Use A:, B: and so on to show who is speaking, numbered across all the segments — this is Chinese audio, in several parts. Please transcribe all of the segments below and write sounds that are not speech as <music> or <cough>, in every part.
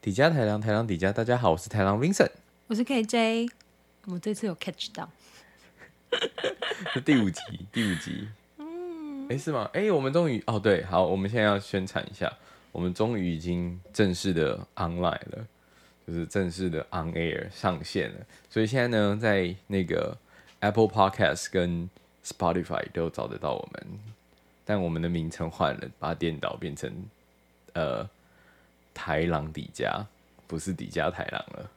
A: 底加台郎，台郎底加，大家好，我是台郎 Vincent。
B: 我是 KJ，我这次有 catch 到，
A: 这第五集，第五集，嗯，哎是吗？哎，我们终于哦对，好，我们现在要宣传一下，我们终于已经正式的 online 了，就是正式的 on air 上线了。所以现在呢，在那个 Apple Podcast 跟 Spotify 都找得到我们，但我们的名称换了，把它颠倒变成呃台郎底加，不是底加台郎了。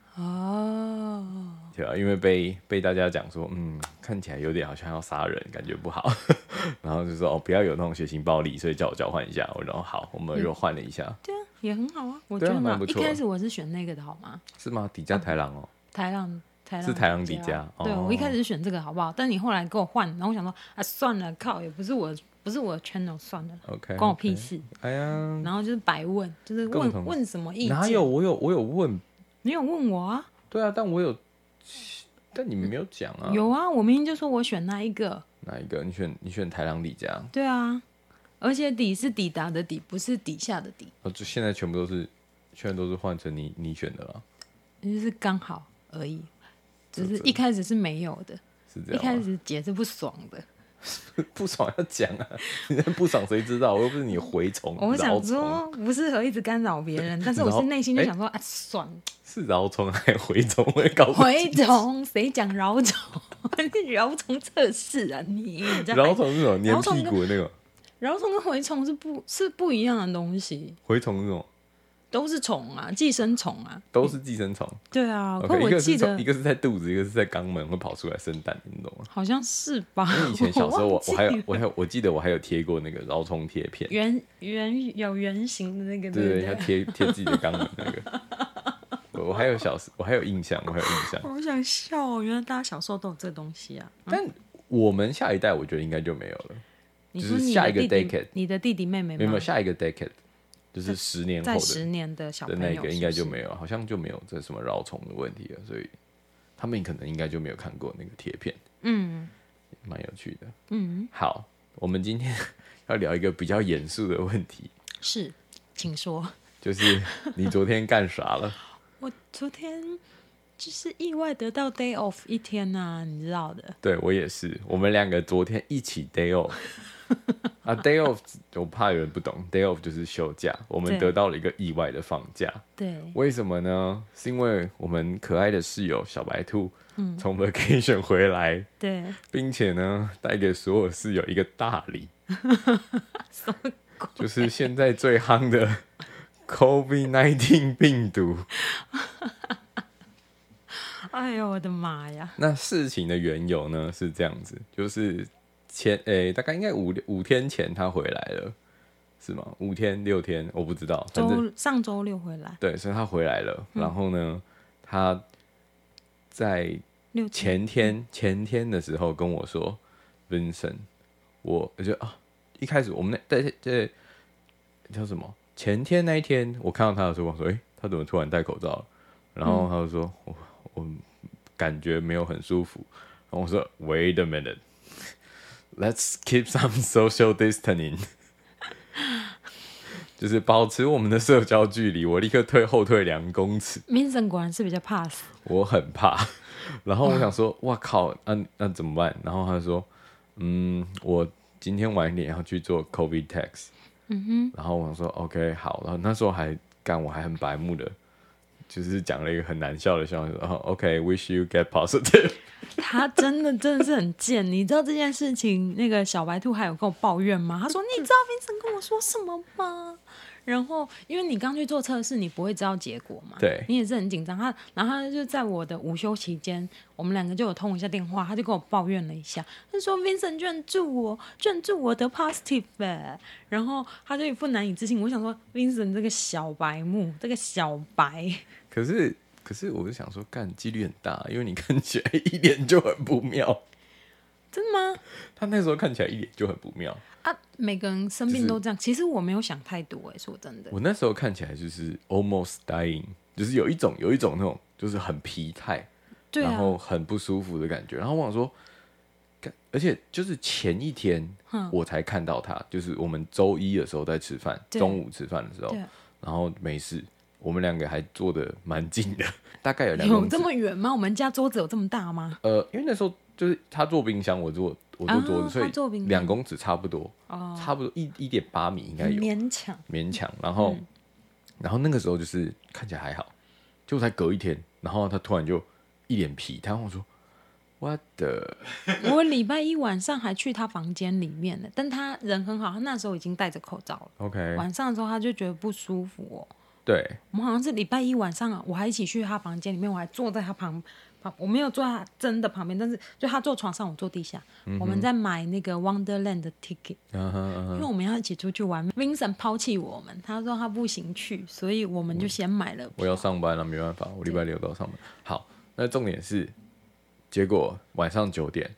A: 对啊，因为被被大家讲说，嗯，看起来有点好像要杀人，感觉不好， <laughs> 然后就说哦，不要有那种血腥暴力，所以叫我交换一下。我然后好，我
B: 嗯
A: 们又换了一下，
B: 对啊，也很好啊，我
A: 对啊
B: 觉得很好。
A: 蛮不
B: 一
A: 错
B: 开始我是选那个的好吗？
A: 是吗？底加台郎哦，
B: 台浪台浪
A: 是台浪底
B: 加，
A: 加
B: 对
A: 哦
B: 我一开始是选这个好不好？但你后来给我换，然后我想说啊，算了，靠，也不是我不是我的 channel，算了
A: OK，
B: 关我屁事。
A: 哎呀，
B: 然后就是白问，就是
A: 共同
B: 问问什么意见？
A: 哪有？我有我有问，
B: 你有问我啊？
A: 对啊，但我有，但你们没有讲啊，
B: 有啊，我明明就说我选那一个，
A: 哪一个？你选你选台郎底加，
B: 对啊，而且底是抵达的底，不是底下的底，
A: 哦，就现在全部都是，全部都是换成你你选的了，
B: 就是刚好而已，只
A: 这
B: 是一开始是没有的。
A: 是这
B: 一
A: 样
B: 开
A: 吗？
B: 始姐是不爽的，
A: <laughs> 不爽要讲啊，你在不爽谁知道？我又不是你的蛔虫，
B: 我
A: 饶
B: 想
A: 虫
B: 说不适合一直干扰别人，但是我是内心
A: 哎
B: 就想说，啊，算了，
A: 是饶虫还蛔虫，我也搞不清。
B: 蛔虫谁讲饶虫？ <laughs> 你饶虫测试啊，你你这
A: <laughs> 饶虫是那种粘
B: 饶虫
A: 屁股的那种，
B: 饶虫跟蛔虫是不是不一样的东西，
A: 蛔虫是那种
B: 都是虫啊，寄生虫啊，
A: 都是寄生虫。
B: 对啊。可
A: OK，一
B: 我
A: 个
B: 记
A: 是从
B: 得
A: 一个是在肚子，一个是在肛门会跑出来生蛋，你懂吗？
B: 好像是吧？
A: 因为以前小时候
B: <laughs>
A: 我
B: 忘记
A: 我还有
B: 了
A: 我还有我记得我还有贴过那个饶虫贴片，
B: 圆圆有圆形的那个，
A: 对
B: 不
A: 对，要贴贴自己的肛门那个。我我还有小时我还有印象，我还有印象。
B: 我好想笑哦，原来大家小时候都有这个东西啊。
A: 但我们下一代我觉得应该就没有了，
B: 你
A: 就是
B: 说你
A: 下
B: 的
A: 一个
B: 弟弟
A: decade，
B: 你的弟弟妹妹
A: 没有没
B: 吗
A: 有？下一个 decade，就是十年后
B: 嗯在
A: 的
B: 十年的小
A: 的
B: 朋
A: 那
B: 友
A: 个应该
B: 是
A: 就
B: 不是
A: 没有，好像就没有这什么饶虫的问题了，所以他们可能应该就没有看过那个贴片，
B: 嗯
A: 蛮有趣的。
B: 嗯
A: 好，我们今天 <laughs> 要聊一个比较严肃的问题，
B: 是，请说。
A: 就是你昨天干啥了？
B: 我昨天就是意外得到 day off 一天呐、你知道的。
A: 对我也是，我们两个昨天一起 day
B: <laughs>
A: off 啊，day off 我怕有人不懂，day off 就是休假，我们
B: 对
A: 得到了一个意外的放假，
B: 对，
A: 为什么呢？是因为我们可爱的室友小白兔
B: 嗯
A: 从 vacation 回来。
B: 对，
A: 并且呢，带给所有室友一个大礼，就是现在最夯的 <laughs> COVID 1 9病毒。
B: 哎呦我的妈呀！
A: 那事情的缘由呢是这样子，就是前诶、大概应该五五天前他回来了，是吗？五天六天我不知道，反正
B: 周上周六回来，
A: 对，所以他回来了。然后呢，他在
B: 六天
A: 前天前天的时候跟我说，Vincent，我我就啊，一开始我们那在在叫什么？前天那一天，我看到他的时候，我说，诶、他怎么突然戴口罩了？然后他就说，我我感觉没有很舒服。然后我说，Wait a minute，let's keep some social distancing，就是保持我们的社交距离。我立刻退后退两公尺。
B: ，Vincent 果然是比较怕死。
A: 我很怕。 <laughs> 然后我想说，哇靠，那、那怎么办？然后他说，嗯，我今天晚一点要去做 COVID test。嗯哼。然后我想说，OK，好。然后那时候还干，我还很白目的，就是讲了一个很难笑的笑话，然后 OK，wish、you get positive。 <laughs>
B: 他真的真的是很贱，你知道这件事情，那个小白兔还有跟我抱怨吗？他说：“你知道 Vincent 跟我说什么吗？”然后，因为你刚去做测试，你不会知道结果嘛，
A: 对
B: 你也是很紧张。他，然后他就在我的午休期间，我们两个就有通一下电话，他就跟我抱怨了一下，他说：“Vincent 居然祝我，居然祝我得 positive、欸。”然后他就一副难以置信。我想说，Vincent 这个小白目，这个小白，
A: 可是可是我就想说，干几率很大，啊因为你看起来一脸就很不妙。
B: 真的吗？
A: 他那时候看起来一脸就很不妙。
B: 啊，每个人生
A: 就是
B: 病都这样。其实我没有想太多、欸，说真的。
A: 我那时候看起来就是 almost dying，就是有一种有一种那种就是很疲态，
B: 对
A: 然
B: 啊，
A: 后很不舒服的感觉。然后我想说，干而且就是前一天我才看到他，就是我们周一的时候在吃饭，
B: 对
A: 中午吃饭的时候
B: 对，啊
A: 然后没事，我们两个还坐的蛮近的， <laughs> 大概有两
B: 有
A: 公
B: 这
A: 尺。
B: 么远吗？我们家桌子有这么大吗？
A: 呃，因为那时候就是他坐冰箱，我坐我坐桌子，
B: 啊
A: 所
B: 他坐冰
A: 以
B: 箱
A: 两公尺差不多，
B: 哦
A: 差不多一一点八米应该有 <laughs>
B: 勉强，
A: 勉强。然后、然后那个时候就是看起来还好，结果才隔一天，然后他突然就一脸皮，他跟我说：“我的
B: 我礼拜一晚上还去他房间里面呢，但他人很好，他那时候已经戴着口罩了。
A: OK，
B: 晚上的时候他就觉得不舒服哦。
A: 对， <laughs>
B: 我们好像是礼拜一晚上啊，我还一起去他房间里面，我还坐在他旁旁，我没有坐在他真的旁边，但是就他坐床上，我坐地下。我们在买那个 Wonderland 的 ticket，、
A: 嗯哼嗯哼
B: 因为我们要一起出去玩。Vincent 抛弃我们，他说他不行去，所以我们就先买了。
A: 我要上班了，没办法，我礼拜六都要上班。好，那重点是，结果晚上九点，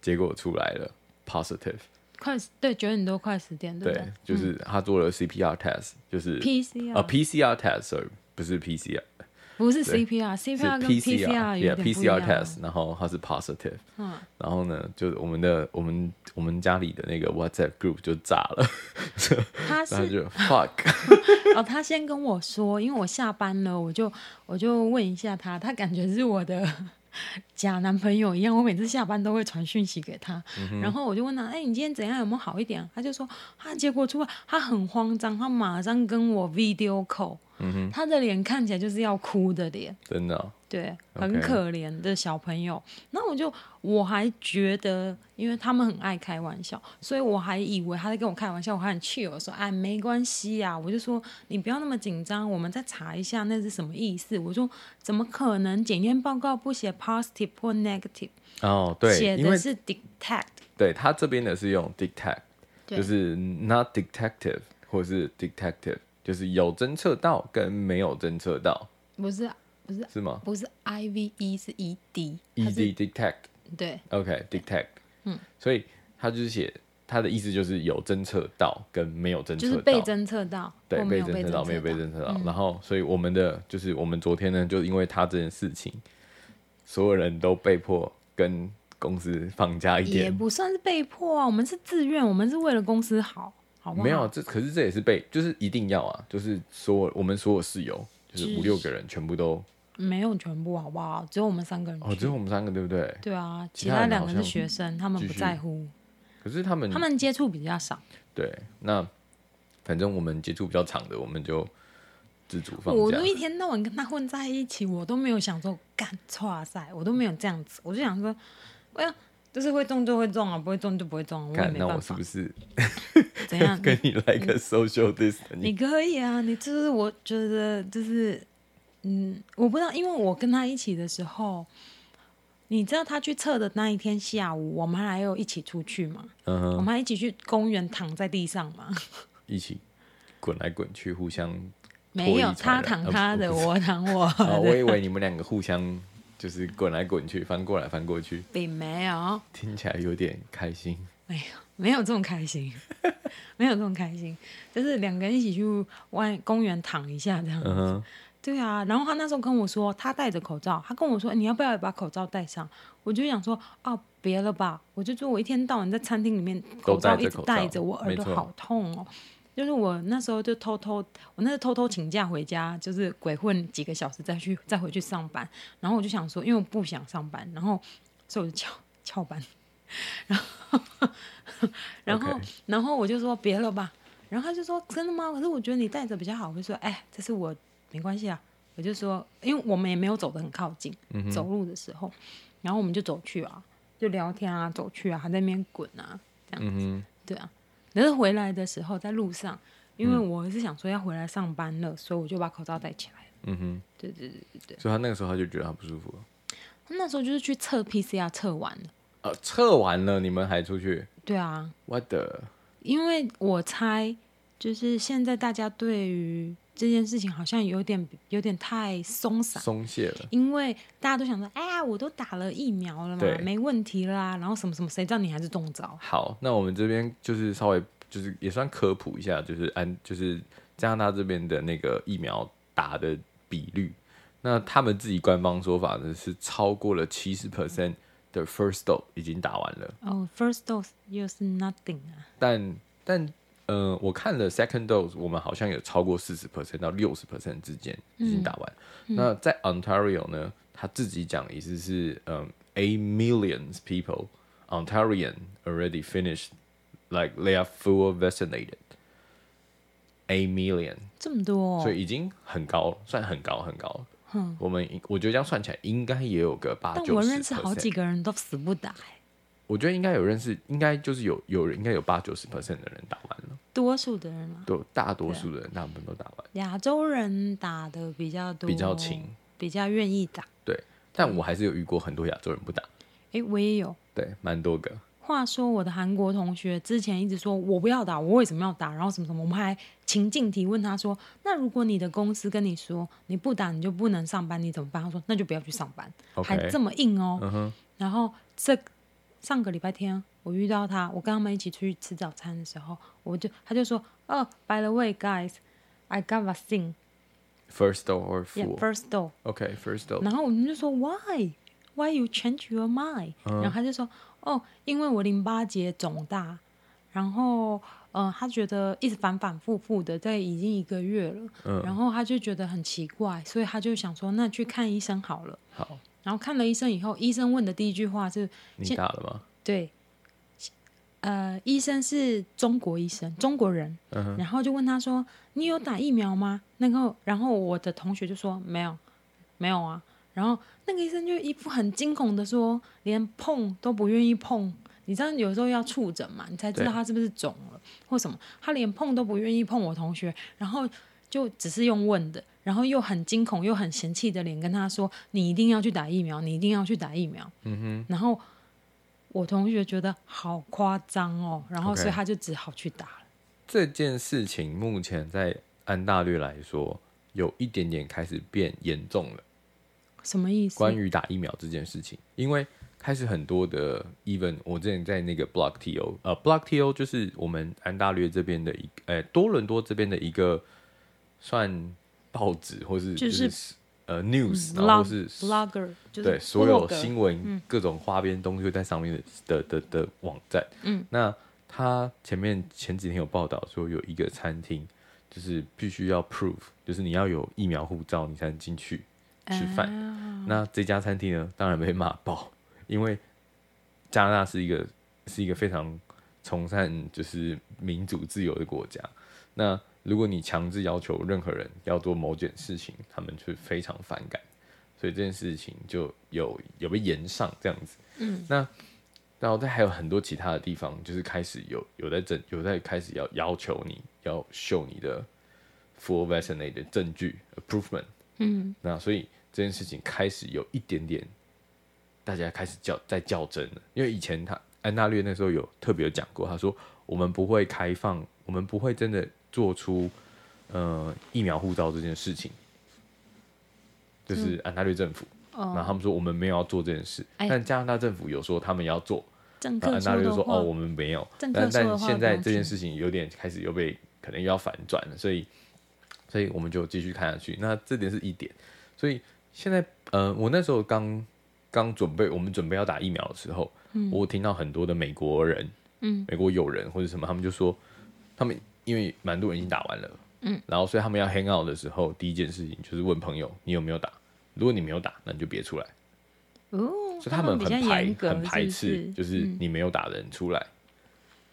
A: 结果出来了，positive，
B: 快死对九点多快十点，对不
A: 对，就是他做了 CPR test，就是
B: 对？PCR、
A: 啊 PCR test，sorry，不是 PCR，
B: 不是
A: 对是
B: CPR，CPR 跟
A: PCR，
B: 有点不一
A: PCR
B: 样。
A: test，然后他是 positive，
B: 嗯，
A: 然后呢，就我们的我们我们家里的那个 WhatsApp group 就炸了，
B: 他
A: 然后
B: 是
A: 就
B: <laughs>
A: fuck，
B: 哦，他先跟我说，因为我下班了，我就我就问一下他，他感觉是我的 <laughs> 假男朋友一样，我每次下班都会传讯息给他，
A: 嗯
B: 然后我就问他，哎、你今天怎样，有没有好一点？他就说，他结果出来，他很慌张，他马上跟我 video call，、他
A: 嗯
B: 的脸看起来就是要哭的脸。
A: 真的哦、
B: 对，
A: OK
B: 很可怜的小朋友。那我就我还觉得，因为他们很爱开玩笑，所以我还以为他在跟我开玩笑，我还很气，我说哎没关系啊，我就说你不要那么紧张，我们再查一下那是什么意思。我说怎么可能检验报告不写 positive 或 negative，
A: 哦，对，
B: 写
A: 因为
B: 的是 detect。
A: 对他这边的是用 detect，
B: 对
A: 就是 not detective 或是 detective，就是有侦测到跟没有侦测到，
B: 不是不是
A: 是吗
B: 不是 I V E 是 E D，它是
A: ？Easy detect，OK
B: 对
A: detect，嗯，所以他就是写他的意思就是有侦测到跟没有侦测到，
B: 就是被侦测到，
A: 对
B: 或没
A: 被
B: 有
A: 侦
B: 被
A: 测
B: 侦
A: 到没有被侦测
B: 嗯
A: 到，然后所以我们的就是我们昨天呢，就因为他这件事情，所有人都被迫跟公司放假一
B: 也
A: 天，
B: 不算是被迫啊，我们是自愿，我们是为了公司好，好不好？
A: 没有，这可是这也是被，就是一定要啊，就是所有我们所有室友，就是
B: 是
A: 五六个人全部都
B: 没有全部，好不好？只有我们三个人去。
A: 哦，只有我们三个对不对？
B: 对啊，
A: 其
B: 其
A: 他
B: 他
A: 人
B: 两个
A: 好像
B: 是学生，他们
A: 继
B: 不
A: 续嗯
B: 在乎，
A: 可是他们
B: 他们接触比较少。
A: 对那反正我们接触比较长的，我们就自主放
B: 我
A: 假
B: 都。一天到晚跟他混在一起，我都没有想说干哇塞，我都没有这样子，我就想说，我要就是会中就会中啊，不会中就不会中啊，我也
A: 看，
B: 没
A: 那我
B: 办
A: 是
B: 法嗯
A: 不。是
B: 怎
A: <laughs>
B: 样？
A: 跟你来个 social
B: 你
A: distancing？
B: 可以啊，你就是我觉得就是，嗯，我不知道，因为我跟他一起的时候，你知道他去测的那一天下午，我们还有一起出去嘛？
A: 嗯
B: 我
A: 哼，
B: 们还一起去公园躺在地上嘛？
A: 一起滚来滚去，互相
B: 没有，
A: 脱衣
B: 他
A: 传染
B: 躺
A: 啊
B: 他的，我躺
A: <laughs>
B: 我
A: 啊，我
B: 的，
A: 以为你们两个互相就是滚来滚去，翻过来翻过 <laughs> 去，
B: 并没有，
A: 听起来有点开心。
B: 没有，没有这种
A: <laughs>
B: 开心，没有这种开心，就是两个人一起去外公园躺一下这样。
A: 嗯哼，
B: 对啊，然后他那时候跟我说，他戴着口罩，他跟我说、欸你要不要也把口罩戴上？我就想说啊，别了吧，我就说我一天到晚在餐厅里面
A: 都
B: 口
A: 戴
B: 罩
A: 着
B: 一直
A: 口罩
B: 戴着，我耳朵
A: 没错
B: 好痛哦。就是我那时候就偷偷，我那时候偷偷请假回家，就是鬼混几个小时再去再回去上班。然后我就想说，因为我不想上班，然后所以我就翘翘班。然后，然后
A: OK
B: 然后我就说别了吧。然后他就说真的吗？可是我觉得你戴着比较好。我就说哎，这是我没关系啊。我就说，因为我们也没有走得很靠近，
A: 嗯
B: 走路的时候，然后我们就走去啊，就聊天啊，走去啊，还在那边滚啊，这样
A: 嗯哼，
B: 对啊。但是回来的时候，在路上，因
A: 嗯
B: 为我是想说要回来上班了，所以我就把口罩戴起来了。
A: 嗯哼，
B: 对对对对对，
A: 所以他那个时候他就觉得他不舒服了。
B: 他那时候就是去测 PCR 测完了，
A: 呃，测完了你们还出去，
B: 对啊，
A: 我的
B: 因为我猜，就是现在大家对于这件事情好像有点有点太松散，
A: 松懈了。
B: 因为大家都想说，哎呀，我都打了疫苗了嘛
A: 对，
B: 没问题啦，然后什么什么，谁知道你还是中招？
A: 好，那我们这边就是稍微就是也算科普一下，就是安就是加拿大这边的那个疫苗打的比率，那他们自己官方说法呢是超过了七十 percent 的 first dose 已经打完了，
B: 哦、f i r s t dose 又是 nothing 啊，
A: 但但呃，我看了 second dose，我们好像有超过四十 percent 到六十 percent 之间已经打完。
B: 嗯
A: 那在 Ontario 呢，他自己讲意思是，嗯，a millions people Ontarian already finished like they are full vaccinated。A million，
B: 这么多、哦，
A: 所以已经很高了，算很高很高了。我们我觉得这样算起来应该也有个八
B: 但
A: 九
B: 我
A: 十。
B: 认识好几个人都死不打、欸，
A: 我觉得应该有认识，应该就是有有人应该有八九十 percent 的人打完了，
B: 多数的人啊，
A: 都大多数的人大部分都打完，
B: 亚洲人打的比较多，
A: 比较勤，
B: 比较愿意打。
A: 对。但我还是有遇过很多亚洲人不打，
B: 诶，我也有。
A: 对，蛮多个。
B: 话说，我的韩国同学之前一直说我不要打，我为什么要打？然后什么什么，我们还情境提问他说：“那如果你的公司跟你说你不打你就不能上班，你怎么办？”他说：“那就不要去上班。还
A: OK，
B: 这么硬哦。
A: 嗯哼，
B: 然后这上个礼拜天我遇到他，我跟他们一起出去吃早餐的时候，我就他就说：“哦、b y the way, guys, I got vaccine,
A: first door or
B: yeah,
A: fool。
B: first door。”
A: OK，first door。
B: 然后我们就说 Why? Why you change your mind？、然后他就说哦，因为我淋巴结肿大，然后呃，他觉得一直反反复复的，在已经一个月了，然后他就觉得很奇怪，所以他就想说那去看医生好了。
A: 好，
B: 然后看了医生以后，医生问的第一句话是
A: 你打了吗？
B: 对，呃，医生是中国医生，中国人，
A: 嗯哼
B: 然后就问他说：“你有打疫苗吗？”那个，然后我的同学就说：“没有，没有啊。”然后那个医生就一副很惊恐的说：“连碰都不愿意碰。”你知道有时候要触诊嘛，你才知道
A: 对
B: 他是不是肿了或什么。他连碰都不愿意碰我同学，然后就只是用问的，然后又很惊恐又很嫌弃的脸跟他说：“你一定要去打疫苗，你一定要去打疫苗。”嗯哼。然后我同学觉得好夸张哦，然后
A: OK
B: 所以他就只好去打了。
A: 这件事情目前在安大略来说，有一点点开始变严重了。
B: 什么意思？
A: 关于打疫苗这件事情，因为开始很多的 even 我之前在那个 Block TO，呃，Block TO 就是我们安大略这边的一，呃，多伦多这边的一个算报纸或是
B: 就
A: 就是是、呃 news，、然后
B: blog
A: 是
B: blogger 嗯就是
A: 对所有
B: blogger
A: 新闻各种花边东西都在上面的的的的网站。嗯，那他前面前几天有报道说有一个餐厅，就是必须要 prove，就是你要有疫苗护照你才能进去吃饭。
B: 啊
A: 那这家餐厅呢，当然被骂爆，因为加拿大是一个是一个非常崇尚就是民主自由的国家。那如果你强制要求任何人要做某件事情，他们就非常反感，所以这件事情就有有被延上这样子。嗯，那然后但还有很多其他的地方，就是开始有有在证有在开始要要求你要秀你的 full vaccinated 的证据 approvement。嗯，那所以这件事情开始有一点点，大家开始较在较真了。因为以前他安大略那时候有特别有讲过，他说我们不会开放，我们不会真的做出呃疫苗护照这件事情，就是安大略政府。然后他们说我们没有要做这件事，
B: 嗯哦哎
A: 但加拿大政府有说他们要做，
B: 政
A: 然后
B: 客
A: 安大
B: 说
A: 略就
B: 的
A: 说
B: 话，
A: 哦我们没有，
B: 政
A: 但
B: 客说的
A: 但
B: 话
A: 现在
B: 不用
A: 这件
B: 听
A: 事情有点开始又被可能又要反转了，所以所以我们就继续看下去。那这点是一点，所以现在呃，我那时候刚刚准备我们准备要打疫苗的时候，我听到很多的美国人，
B: 嗯，
A: 美国友人或者什么，他们就说他们因为蛮多人已经打完了，嗯，然后所以他们要 hang out 的时候，第一件事情就是问朋友你有没有打，如果你没有打，那你就别出来。
B: 哦，
A: 所以
B: 他
A: 们
B: 比较
A: 很排
B: 严格，
A: 很排斥，
B: 是嗯不
A: 就是是你没有打的人出来。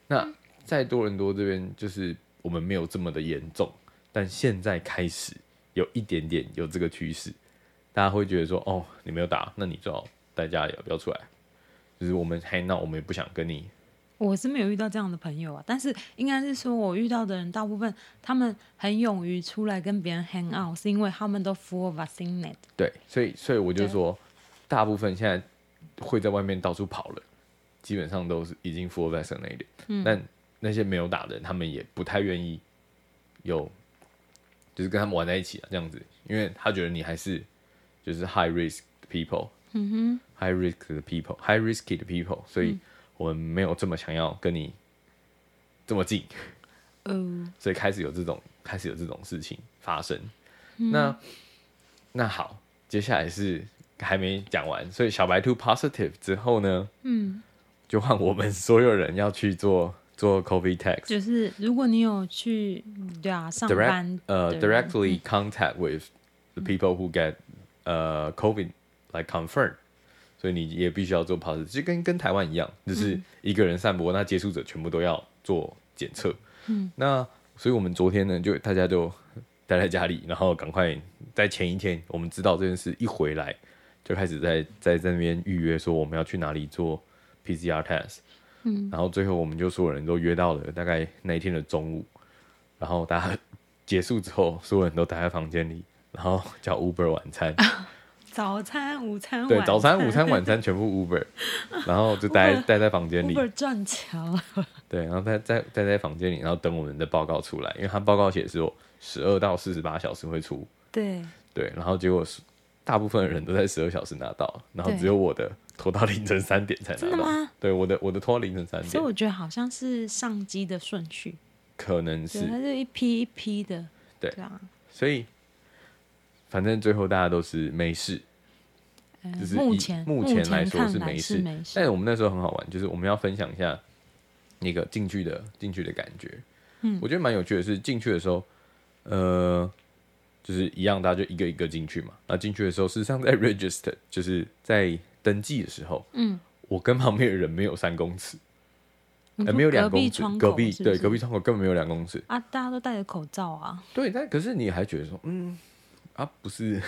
A: 那在多伦多这边，就是我们没有这么的严重，但现在开始有一点点有这个趋势，大家会觉得说，哦，你没有打，那你最好在家里不要出来。就是我们 hang out，我们也不想跟你
B: 我是没有遇到这样的朋友啊，但是应该是说我遇到的人大部分他们很勇于出来跟别人 hang out，是因为他们都 full vaccinated。
A: 对，所以所以我就
B: 对
A: 说，大部分现在会在外面到处跑了，基本上都是已经 full vaccinated，、但那些没有打的人，他们也不太愿意有，就是跟他们玩在一起啊，这样子，因为他觉得你还是就是 high risk people，嗯哼，high 嗯 risk 的 people，high risky 的 people，所以我们没有这么想要跟你这么近，
B: 呃，
A: 所以开始有这种开始有这种事情发生。那那好，接下来是还没讲完，所以小白兔 positive 之后呢，嗯，就换我们所有人要去做做 COVID text，
B: 就是如果你有去嗯对啊上
A: direct
B: 班
A: 呃
B: 的人嗯
A: directly contact with the people who get 呃 COVID like confirm，所以你也必须要做 positive，就跟跟台湾一样，
B: 嗯
A: 就是一个人散播，那接触者全部都要做检测。嗯，那所以我们昨天呢，就大家就待在家里，然后赶快在前一天我们知道这件事一回来，就开始在在这边预约说我们要去哪里做 PCR test。嗯，然后最后我们就所有人都约到了大概那一天的中午，然后大家结束之后，所有人都待在房间里，然后叫 Uber 晚餐，
B: 早餐、午餐、
A: 对，
B: 啊晚
A: 早餐、
B: 餐
A: 午餐、晚餐全部
B: <laughs>
A: Uber，然后就待
B: Uber-
A: 待在房间里，
B: Uber 赚钱了， <laughs>
A: 对，然后待在待在房间里，然后等我们的报告出来，因为他报告写说十二到四十八小时会出，
B: 对，
A: 对，然后结果是大部分的人都在十二小时拿到，然后
B: 对
A: 只有我的拖到凌晨三点才拿
B: 真的
A: 到
B: 吗，
A: 对，我的我的拖到凌晨三
B: 所以
A: 点，
B: 我觉得好像是上机的顺序，
A: 可能
B: 对，它
A: 是，
B: 是一批一批的，
A: 对
B: 啊，
A: 所以反正最后大家都是没事，
B: 呃
A: 就是
B: 目
A: 以
B: 前
A: 目
B: 前
A: 前来说
B: 看
A: 是
B: 来
A: 没
B: 是
A: 事，
B: 没
A: 但
B: 事，
A: 是我们那时候很好玩，就是我们要分享一下那个进去的进去的感觉。嗯，我觉得蛮有趣的是进去的时候，呃，就是一样，大家就一个一个进去嘛。那进去的时候，事实上在 <laughs> register，就是在登记的时候，
B: 嗯，
A: 我跟旁边的人没有三公尺，
B: 你
A: 呃，
B: 说
A: 没有两
B: 隔壁
A: 公尺
B: 窗，
A: 隔
B: 口
A: 壁
B: 是不
A: 对
B: 是
A: 隔壁窗口根本没有两公尺。
B: 啊，大家都戴着口罩啊，
A: 对，但可是你还觉得说，嗯，啊，不是。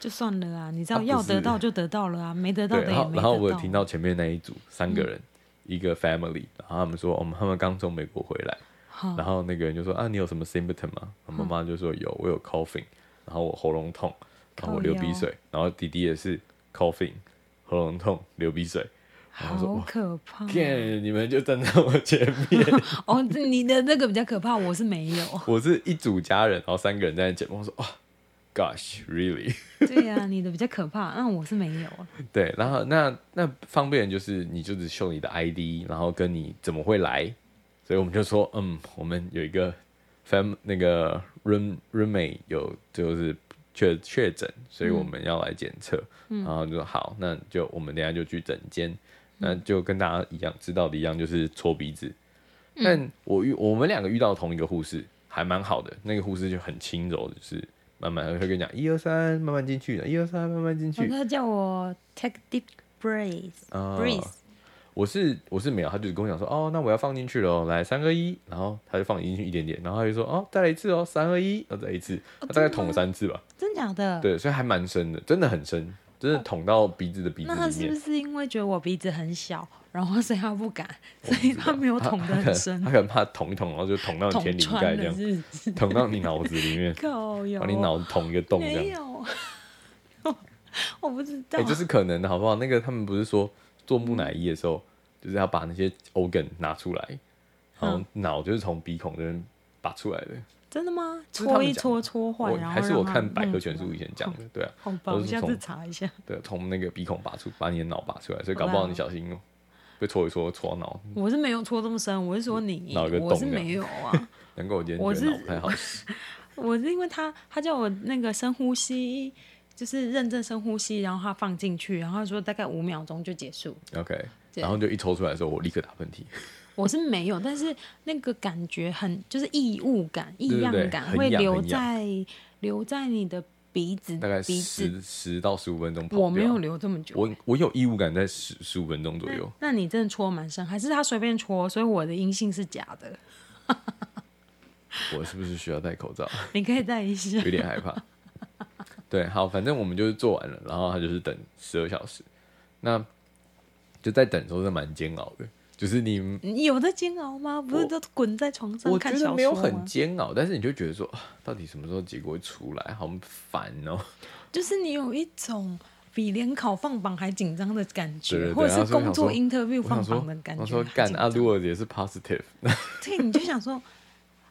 B: 就算了啊，你知
A: 啊
B: 道
A: 不
B: 要
A: 是
B: 得到就得到了啊，没得到
A: 对，
B: 的也
A: 然后
B: 没得
A: 然后我有听
B: 到嗯
A: 到前面那一组三个人，一个 family，然后他们说，哦，他们刚从美国回来，
B: 好
A: 然后那个人就说啊，你有什么 symptom 吗？我妈妈就说有，我有 coughing，然后我喉咙痛，然后我流
B: 靠
A: 鼻
B: 腰
A: 水，然后弟弟也是 coughing，喉咙痛，流鼻
B: <laughs>
A: 水。然后说
B: 好可怕哦！
A: 看你们就站在我前面，。
B: 哦，这你的那个比较可怕，我是没有
A: <laughs> 我是一组家人，然后三个人在那剪报，我说哇，gosh，really。
B: 对呀、你的比较可怕，那我是没有啊。
A: 对，然后那那方便就是你就只秀你的 ID，然后跟你怎么会来，所以我们就说，嗯，我们有一个 fam 那个 room roommate 有就是确确诊，所以我们要来检测，然后就说好，那就我们等一下就去诊间，那就跟大家一样知道的一样，就是搓鼻子。但我遇我们两个遇到同一个护士，还蛮好的，那个护士就很轻柔，就是慢慢会跟你讲一二三，慢慢进去，一二三，慢慢进去
B: 哦。他叫我 take deep breath，breathe，、
A: 啊我是我是没有，他就跟我讲说，哦，那我要放进去了哦，来三二一，然后他就放进去一点点，然后他就说，哦，再来一次哦，三二一，然后再一次，他
B: 哦
A: 大概捅了三次吧，
B: 真假的？
A: 对，所以还蛮深的，真的很深，真的捅到鼻子的鼻子
B: 哦那他
A: 里
B: 是不
A: 面。
B: 是因为觉得我鼻子很小，然后所以他不敢，所以他没有
A: 他
B: 捅得
A: 他可
B: 很
A: 能
B: 深
A: 他，可能怕捅一捅，然后就捅到你
B: 捅
A: 天灵盖
B: 穿
A: 这
B: 了
A: 样，
B: 是不是？
A: 捅到你脑子里
B: <laughs>
A: 面，
B: 靠有
A: 把你脑子捅一个洞这
B: 没
A: 样，
B: 有？ <laughs> 我不知道，
A: 哎，这是可能的，好不好？那个他们不是说做木乃伊的时候，就是要把那些 organ 拿出来，然后
B: 嗯
A: 脑就是从鼻孔这边拔出来的。
B: 真的吗？
A: 这是他们
B: 搓一
A: 讲
B: 搓搓坏，
A: 我
B: 然后
A: 还是
B: 让
A: 我
B: 它
A: 看百科
B: 弄
A: 全
B: 出
A: 书
B: 来
A: 以前讲的，对啊，
B: 好吧，
A: 都
B: 我
A: 是
B: 下次
A: 从
B: 查一下。
A: 对，从那个鼻孔拔出，把你的脑拔出来，所以搞
B: 好
A: 不好
B: 吧
A: 你小心哦，被戳一戳戳到脑。
B: 我是没有戳这么深，我是说你
A: 脑有个，
B: 我是
A: 洞这样
B: 没有啊， <laughs>
A: 难怪我今天
B: 我
A: 觉得
B: 是
A: 脑不太
B: <laughs>
A: 好使。
B: 我是因为他他叫我那个深呼吸，就是认真深呼吸，然后他放进去，然后他说大概五秒钟就结束。
A: OK，
B: 对
A: 然后就一抽出来的时候，我立刻打喷嚏，
B: 我是没有，但是那个感觉很就是异物感、异样
A: 对
B: 感
A: 很
B: 会
A: 痒
B: 留
A: 很
B: 在留在你的鼻子，
A: 大概
B: 鼻子。
A: 十十到十五分钟跑
B: 我没
A: 掉
B: 有留这么久，
A: 我我有异物感在十十五分钟左右，
B: 那你真的戳蛮深，还是他随便戳？所以我的阴性是假的， <laughs>
A: 我是不是需要戴口罩？
B: 你可以戴一下
A: 有。点害怕。 <laughs> 对，好，反正我们就是做完了，然后他就是等十二小时，那就在等的时候是蛮煎熬的，就是你
B: 你有在煎熬吗？不是都滚在床上
A: 我
B: 看
A: 觉
B: 小说
A: 得没有很
B: 吗
A: 煎熬，但是你就觉得说，啊到底什么时候结果会出来，好烦哦。
B: 就是你有一种比联考放榜还紧张的感觉，
A: 对对对
B: 或者
A: 然后
B: 是
A: 所以
B: 工
A: 想
B: 作
A: 说
B: interview
A: 我想
B: 放
A: 说
B: 榜的，感觉
A: 我
B: 还
A: 说
B: 紧张。
A: 干啊阿如尔也是 positive，
B: 对，你就想说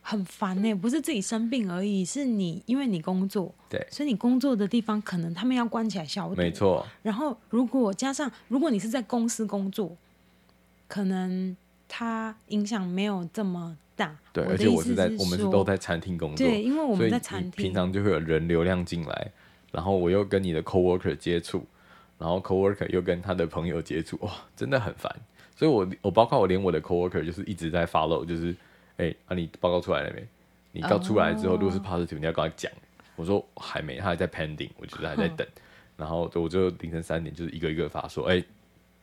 B: 很烦呢、不是自己生病而已，是你因为你工作，
A: 对
B: 所以你工作的地方可能他们要关起来消毒，
A: 没。错，
B: 然后如果加上如果你是在公司工作，可能它影响没有这么大。
A: 对，而
B: 我的
A: 且
B: 意
A: 我
B: 思
A: 是在我们是
B: 说
A: 都在餐厅工作，
B: 对，因为我
A: 所
B: 们
A: 以
B: 在
A: 你
B: 餐
A: 平
B: 厅，
A: 常就会有人流量进来，然后我又跟你的 coworker 接触，然后 coworker 又跟他的朋友接触，哇，真的很烦。所以我我包括我连我的 coworker 就是一直在 follow，就是哎、啊你报告出来了没？你到出来之后，如
B: 哦
A: 果是 positive，你要跟他讲。我说还没，他还在 pending，我觉得还
B: 嗯
A: 在等。然后我就凌晨三点就是一个一个发说，哎、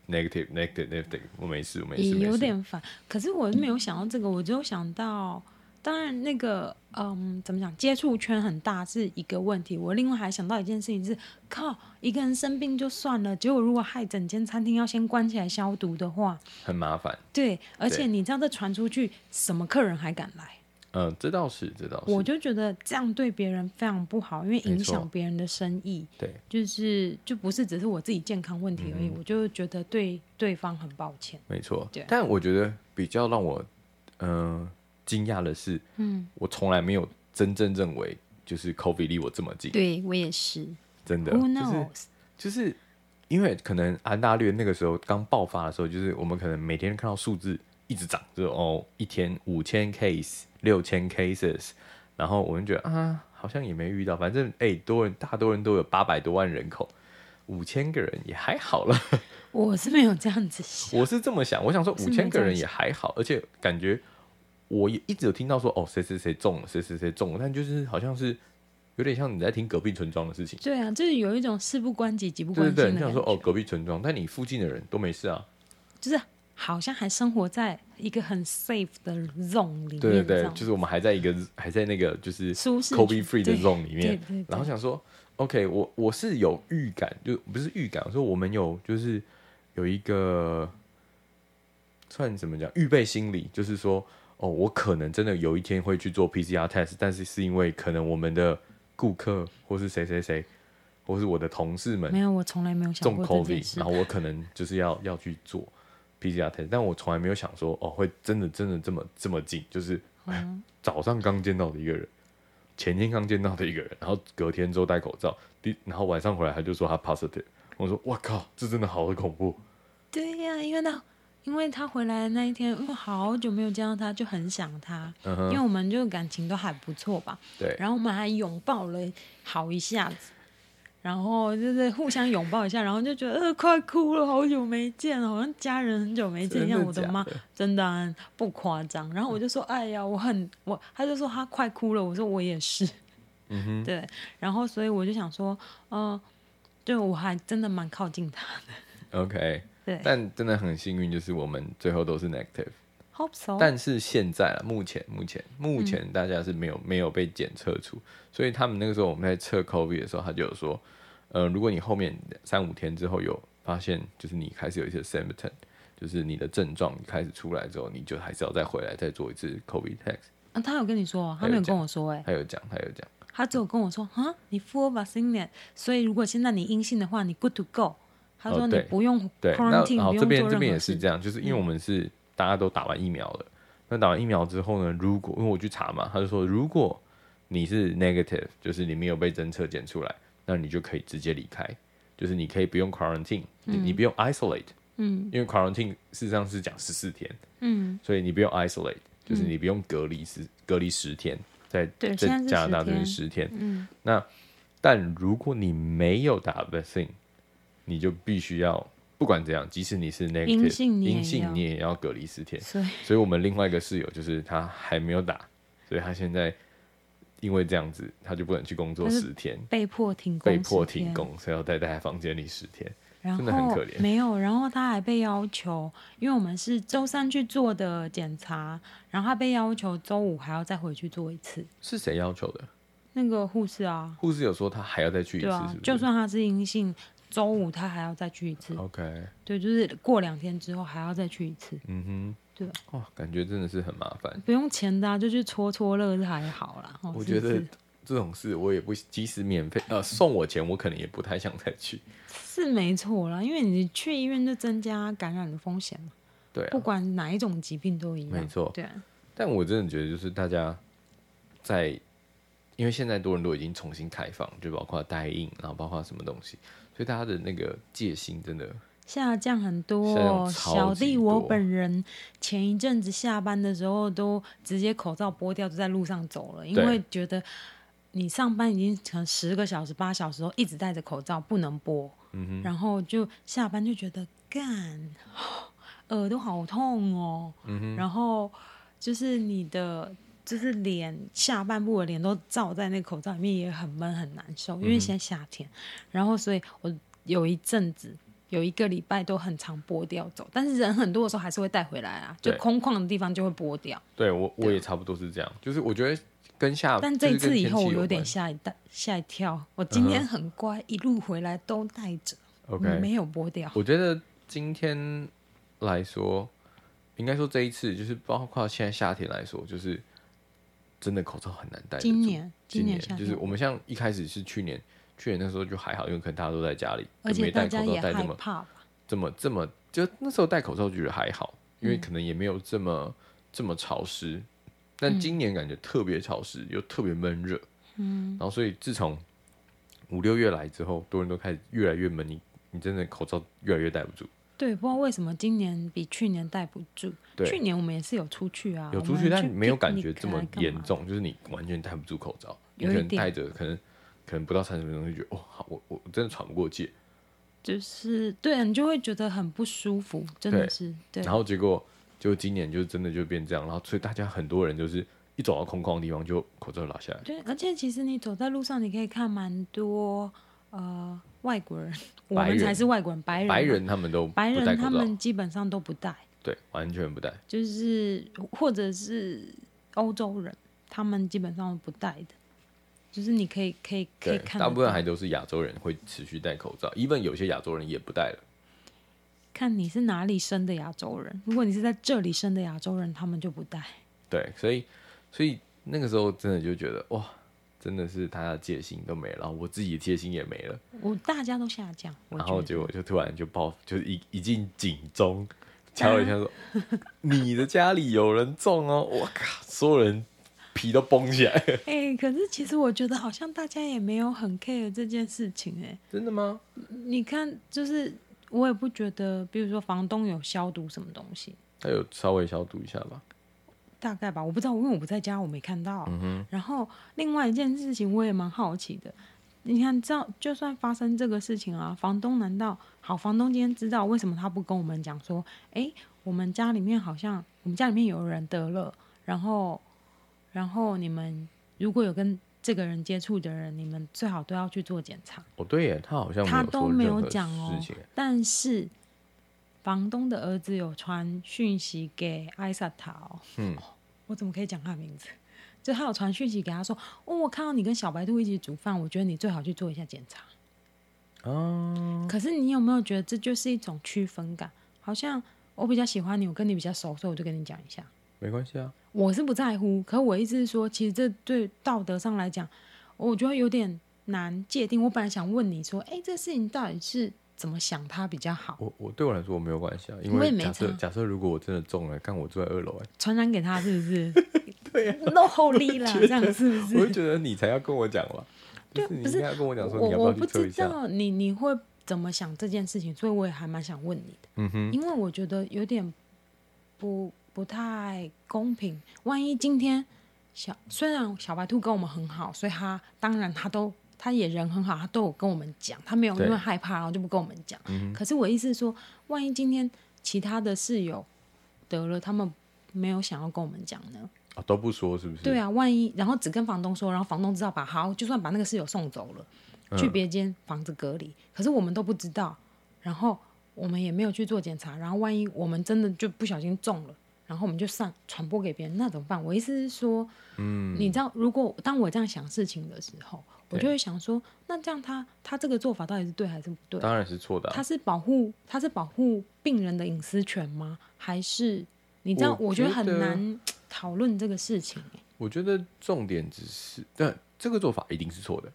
A: n e g a t i v e negative negative，我没事，我没
B: 也
A: 事，没
B: 有
A: 事。
B: 点烦。可是我没有想到这个，我只有想到，当然那个，嗯，怎么讲，接触圈很大是一个问题。我另外还想到一件事情是，靠，一个人生病就算了，结果如果害整间餐厅要先关起来消毒的话，
A: 很麻烦。
B: 对，而
A: 对
B: 且你知道这传出去，什么客人还敢来？
A: 嗯，这倒是，这倒是。
B: 我就觉得这样对别人非常不好，因为
A: 没
B: 影
A: 错
B: 响别人的生意，
A: 对
B: 就是就不是只是我自己健康问题而
A: 嗯
B: 已，我就觉得对对方很抱歉。
A: 没错
B: 对，
A: 但我觉得比较让我嗯惊讶的是，
B: 嗯，
A: 我从来没有真正认为就是 COVID 离我这么近，
B: 对 Oh 我也是。
A: 真的
B: Who
A: 啊就是
B: knows？
A: 就是因为可能安大略那个时候刚爆发的时候，就是我们可能每天看到数字一直涨，就是哦一天五千 case 六千 cases，然后我们觉得啊好像也没遇到，反正哎、多人大多人都有八百多万人口，五千个人也还好了。
B: 我是没有这样子想，
A: 我是这么想，我想说
B: 是
A: 五
B: 没这
A: 千
B: 样
A: 个人也还好，而且感觉我也一直有听到说哦谁谁谁中了，谁谁谁中了，但就是好像是有点像你在听隔壁村庄的事情，
B: 对啊，就是有一种事不关己，己不关
A: 对
B: 心的
A: 对对，你
B: 感觉，
A: 想说哦隔壁村庄，但你附近的人都没事啊，
B: 就是好像还生活在一个很 safe 的 zone 里面，
A: 对对
B: 这
A: 对，
B: 样
A: 就是我们还在一个还在那个就是
B: 舒适
A: COVID
B: 区
A: free 的
B: 对
A: zone 里面
B: 对对对，
A: 然后想说 OK，我我是有预感，就不是预感，我说我们有就是有一个算怎么讲预备心理，就是说哦，我可能真的有一天会去做 PCR test，但是是因为可能我们的顾客或是谁谁谁，或是我的同事们
B: 没有，我从来没有想
A: 中
B: 过这件
A: COVID，
B: 事
A: 然。后我可能就是要要去做 PCR test，但我从来没有想说哦，会真的真的这么这么近，就是、哎
B: 嗯
A: 早上刚见到的一个人，前天刚见到的一个人，然后隔天之后戴口罩，第然后晚上回来他就说他 positive，我说哇靠，这真的好恐怖，
B: 对呀、因为那因为他回来的那一天，因为好久没有见到他，就很想他，
A: 嗯
B: 因为
A: 哼，
B: 我们就感情都还不错吧，
A: 对，
B: 然后我们还拥抱了好一下子。然后就是互相拥抱一下，然后就觉得呃快哭了，好久没见了，好像家人很久没见一样。我
A: 真的
B: 的妈
A: 假的，
B: 真的啊、不夸张。然后我就说，哎呀，我很我，他就说他快哭了，我说我也是，
A: 嗯哼，
B: 对。然后所以我就想说，呃，对我还真的蛮靠近他，
A: OK，
B: 对
A: 但真的很幸运，就是我们最后都是 negative。
B: ，hope so。
A: 但是现在啊，目前目前目前大家是没有没有被检测出，所以他们那个时候我们在测 COVID 的时候，他就有说，呃，如果你后面三五天之后有发现，就是你开始有一些 symptom，就是你的症状开始出来之后，你就还是要再回来再做一次 COVID test。
B: 啊，他有跟你说，他
A: 有
B: 没有跟
A: 讲
B: 我说、哎，
A: 他有讲，他有讲，
B: 他只有跟我说，啊，你 full vaccine，所以如果现在你阴性的话，你 good to go。他
A: 哦
B: 说你
A: 对
B: 不用
A: 对，那
B: quarantine，、
A: 好，
B: 不
A: 这
B: 用
A: 边
B: 做
A: 这
B: 任
A: 边
B: 何
A: 也是
B: 事。嗯
A: 这样，就是因为我们是大家都打完疫苗了，那打完疫苗之后呢，如果因为我去查嘛，他就说如果你是 negative，就是你没有被侦测检出来，那你就可以直接离开，就是你可以不用 quarantine，、你你不用 isolate，
B: 嗯
A: 因为 quarantine 事实上是讲十四天，
B: 嗯，
A: 所以你不用 isolate，就是你不用隔离十、隔离十天，在
B: 对
A: 在
B: 现在是
A: 加拿大
B: 10
A: 这边
B: 天
A: 十天。
B: 嗯
A: 那但如果你没有打 vaccine，你就必须要不管怎样，即使你是 negative
B: 阴性你也
A: 阴性
B: 要
A: 你也要隔离十天。
B: 所以
A: 所以我们另外一个室友就是他还没有打，所以他现在因为这样子，他就不能去工作
B: 他是
A: 十天，
B: 被迫停工，
A: 被迫停，工，所以要待在房间里十天。
B: 然后
A: 真的很可怜
B: 没有，然后他还被要求，因为我们是周三去做的检查，然后他被要求周五还要再回去做一次。
A: 是谁要求的？
B: 那个护士啊，
A: 护士有说他还要再去一次，
B: 对啊，
A: 是哦不？
B: 就是算他是阴性，周五他还要再去一次。
A: OK，
B: 对，就是过两天之后还要再去一次，
A: 嗯
B: 对，
A: 哼，哦，感觉真的是很麻烦。
B: 不用钱的、啊，就去搓搓乐是还好啦。哦
A: 我
B: 是
A: 觉
B: 不
A: 得
B: 是嗯
A: 这种事我也不，即使免费呃送我钱，我可能也不太想再去。
B: 是没错啦，因为你去医院就增加感染的风险嘛，
A: 对
B: 不
A: 啊，
B: 管哪一种疾病都一样。
A: 没错
B: 对啊，
A: 但我真的觉得就是大家在，因为现在多人都已经重新开放，就包括代印，然后包括什么东西，所以大家的那个戒心真的
B: 下降很多
A: 下
B: 哦。
A: 降超级
B: 小弟我
A: 多
B: 本人前一阵子下班的时候都直接口罩剥掉，就在路上走了，因
A: 对
B: 为觉得你上班已经可能十个小时、八小时后一直
A: 嗯
B: 戴着口罩，不能剥。然后就下班就觉得干， <gasps> 耳朵好痛哦，
A: 嗯
B: 然后就是你的就是脸下半部的脸都罩在那口罩里面，也很闷很难受，
A: 嗯
B: 因为现在夏天，然后所以我有一阵子。有一个礼拜都很常剥掉走，但是人很多的时候还是会带回来啊，就
A: 对哦
B: 空旷的地方就会剥掉。
A: 对我我也差不多是这样，就是我觉得跟下，
B: 啊但
A: 就是
B: 这一
A: 跟
B: 次以
A: 天
B: 后，
A: 气
B: 我有
A: 有
B: 点
A: 关嗯
B: 吓一大吓一跳。我今天很乖，一路回来都带着
A: OK，
B: 没有剥掉。
A: 我觉得今天来说，应该说这一次就是包括现在夏天来说，就是真的口罩很难戴得住。
B: 今年
A: 今
B: 年夏天，
A: 就是我们像一开始是去年，去年那时候就还好，因为可能大家都在家里，
B: 而
A: 就
B: 且
A: 没
B: 大
A: 戴
B: 家
A: 口罩
B: 也
A: 戴
B: 害
A: 这么
B: 怕吧？
A: 这么这么，就那时候戴口罩就觉得还好，因
B: 嗯
A: 为可能也没有这么、这么潮湿。
B: 嗯
A: 但今年感觉特别潮湿，又特别闷热，嗯，然后所以自从五六月来之后，多人都开始越来越闷，你你真的口罩越来越戴不住。
B: 对，不知道为什么今年比去年戴不住。
A: 对
B: 去年我们也是有出去啊，
A: 有
B: 我
A: 出
B: 们
A: 去，但没有感
B: picnic
A: 觉这么
B: 啊干嘛
A: 严重，就是你完全戴不住口罩，你
B: 有
A: 可
B: 一
A: 能
B: 点
A: 戴着，可能可能不到三十分钟就觉得，哦，好，我我我真的喘不过气，
B: 就是对你就会觉得很不舒服，真的
A: 对
B: 是对。
A: 然后结果就今年就真的就变这样，然后所以大家很多人就是一走到空旷的地方就口罩拿下来，
B: 对，而且其实你走在路上，你可以看蛮多呃外国人，我
A: 白
B: 们才
A: 人
B: 是外国人，白人嘛，
A: 白人他们都不
B: 白
A: 戴
B: 人
A: 口
B: 他
A: 罩，
B: 们基本上都不戴。
A: 对，完全不戴，
B: 就是或者是欧洲人，他们基本上不戴的，就是你可以可以可
A: 对，
B: 以看得
A: 大部分
B: 到
A: 还都是亚洲人会持续戴口罩，even 有些亚洲人也不戴了，
B: 看你是哪里生的亚洲人。如果你是在这里生的亚洲人，他们就不戴。
A: 对，所以所以那个时候真的就觉得哇，真的是大家的戒心都没了，然后我自己的戒心也没了。
B: 我大家都下降，我
A: 然后
B: 觉得
A: 结果就突然就爆，就是一一进警
B: <laughs>
A: 钟，敲了一下说：“你的家里有人中哦！”我靠，所有人皮都绷起来。 <laughs>
B: 哎、可是其实我觉得好像大家也没有很 care 这件事情哎、
A: 真的吗？
B: 你看，就是我也不觉得，比如说房东有消毒什么东西，
A: 他有稍微消毒一下吧。
B: 大概吧，我不知道，因为我不在家，我没看到。然后另外一件事情，我也蛮好奇的。你看，这样就算发生这个事情啊，房东难道好？房东今天知道为什么他不跟我们讲说，诶，我们家里面好像我们家里面有人得了，然后然后你们如果有跟这个人接触的人，你们最好都要去做检查。
A: 哦，对耶，他好像
B: 他都没
A: 没
B: 有
A: 有
B: 讲
A: 说任
B: 哦
A: 何事情耶。，
B: 但是房东的儿子有传讯息给艾萨塔哦，
A: 嗯
B: <laughs> 我怎么可以讲他的名字？就他有传讯息给他说，哦，我看到你跟小白兔一起煮饭，我觉得你最好去做一下检查。
A: 啊，
B: 可是你有没有觉得这就是一种区分感？好像我比较喜欢你，我跟你比较熟，所以我就跟你讲一下。
A: 没关系啊。
B: 我是不在乎，可我意思是说，其实这对道德上来讲，我觉得有点难界定。我本来想问你说，哎，这事情到底是怎么想它比较好？
A: 我我对我来说我没有关系啊，因
B: 我也
A: 为
B: 没
A: 假设
B: 差
A: 假设如果我真的中了，看我住在二楼，哎，
B: 传染给他是不是？
A: <laughs>
B: 对
A: 啊
B: <laughs> 呀、n o holy 啦，这样是不
A: 我会
B: 是？
A: 觉得你才要跟我讲
B: <laughs>
A: 吧。就是你
B: 不是
A: 应该要跟我讲说
B: 我
A: 你要
B: 我
A: 要去
B: 不
A: 测
B: 知
A: 一下。
B: 道你你会怎么想这件事情，所以我也还蛮想问你的，
A: 嗯哼，
B: 因为我觉得有点不不太公平。万一今天小虽然小白兔跟我们很好，所以他当然他都他也人很好，他都有跟我们讲，他没有因
A: 对
B: 为害怕然后就不跟我们讲。可是我意思是说，万一今天其他的室友得了，他们没有想要跟我们讲呢？
A: 啊都不说是不是？
B: 对啊，万一然后只跟房东说，然后房东知道把好，就算把那个室友送走了，去别间房子隔离，可是我们都不知道，然后我们也没有去做检查，然后万一我们真的就不小心中了，然后我们就散传播给别人，那怎么办？我意思是说，嗯，你知道，如果当我这样想事情的时候，我就会想说，那这样他他这个做法到底是对还是不对？
A: 当然是错的啊。
B: 他是保护他是保护病人的隐私权吗？还是你知道？
A: 我
B: 我觉得
A: 觉
B: 很
A: 得
B: 难讨论这个事情、欸
A: 我觉得重点只是，但这个做法一定是错的，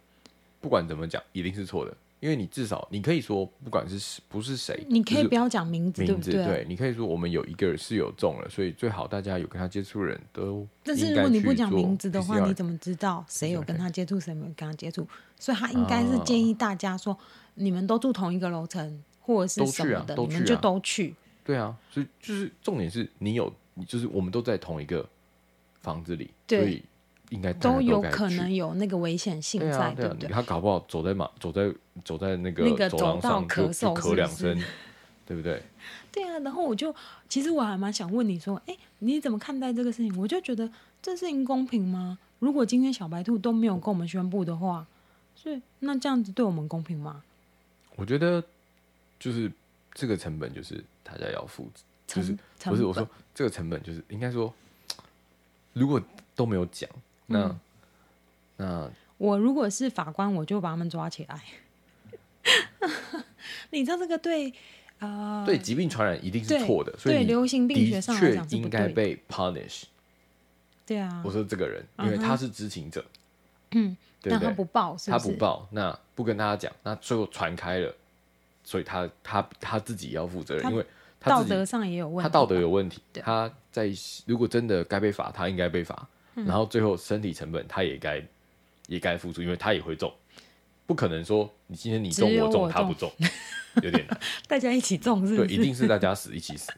A: 不管怎么讲，一定是错的，因为你至少你可以说，不管是不是谁，
B: 你可以
A: 就是
B: 不要讲名字，对
A: 名
B: 不
A: 字，
B: 对？啊
A: 你可以说我们有一个室友中了，所以最好大家有跟他接触的人都
B: 但是
A: 应
B: 如
A: 该
B: 果
A: 去
B: 你不讲名字的话，
A: 做 PCR
B: 你怎么知道谁有跟他接触，谁没有跟他接触？所以他应该是
A: 啊
B: 建议大家说，你们都住同一个楼层或者是什么的，
A: 都去啊都
B: 你们
A: 去啊
B: 就都去。
A: 对啊，所以就是重点是你有，你就是我们都在同一个房子里，
B: 对
A: 所以应该大家
B: 都有
A: 该
B: 可
A: 去
B: 能有那个危险性
A: 对
B: 在，
A: 啊，
B: 对
A: 啊
B: 不，对？
A: 他搞不好走在马走在走在那个
B: 那个
A: 走廊
B: 走道
A: 上就
B: 咳嗽
A: 就咳两
B: 是不
A: 声
B: 是，
A: 对不对？
B: 对啊，然后我就其实我还蛮想问你说，哎，你怎么看待这个事情？我就觉得这事情公平吗？如果今天小白兔都没有跟我们宣布的话，是那这样子对我们公平吗？
A: 我觉得就是这个成本就是大家要付，就
B: 成
A: 是
B: 成
A: 不是我说
B: 本
A: 这个成本就是应该说，如果都没有讲，那、那
B: 我如果是法官，我就把他们抓起来。 <laughs> 你知道这个对啊、呃
A: 对疾病传染一定是
B: 对
A: 错的，所以
B: 对
A: 你
B: 流行病学上来
A: 的
B: 讲
A: 确
B: 是不
A: 应该
B: 对的。
A: 被 punish。
B: 对啊
A: 我，说这个人，
B: 嗯
A: 因
B: 哼
A: 为他是知情者，
B: 嗯，
A: 对
B: 那
A: 不
B: 他
A: 对？
B: 不报是
A: 他
B: 是？
A: 不报，那不跟大家讲，那最后传开了，所以他他他自己要负责任，
B: 他
A: 因为他
B: 道
A: 自己
B: 德上也有问题
A: 他
B: 吧。
A: 道德有问题，
B: 对
A: 他在如果真的该被罚，他应该被罚，
B: 嗯
A: 然后最后身体成本他也该也该付出，因为他也会中，不可能说你今天你中
B: 只有
A: 我中
B: 我
A: 他不中，
B: <laughs>
A: 有点难，
B: 大家一起重视。
A: 对，一定是大家死一起死，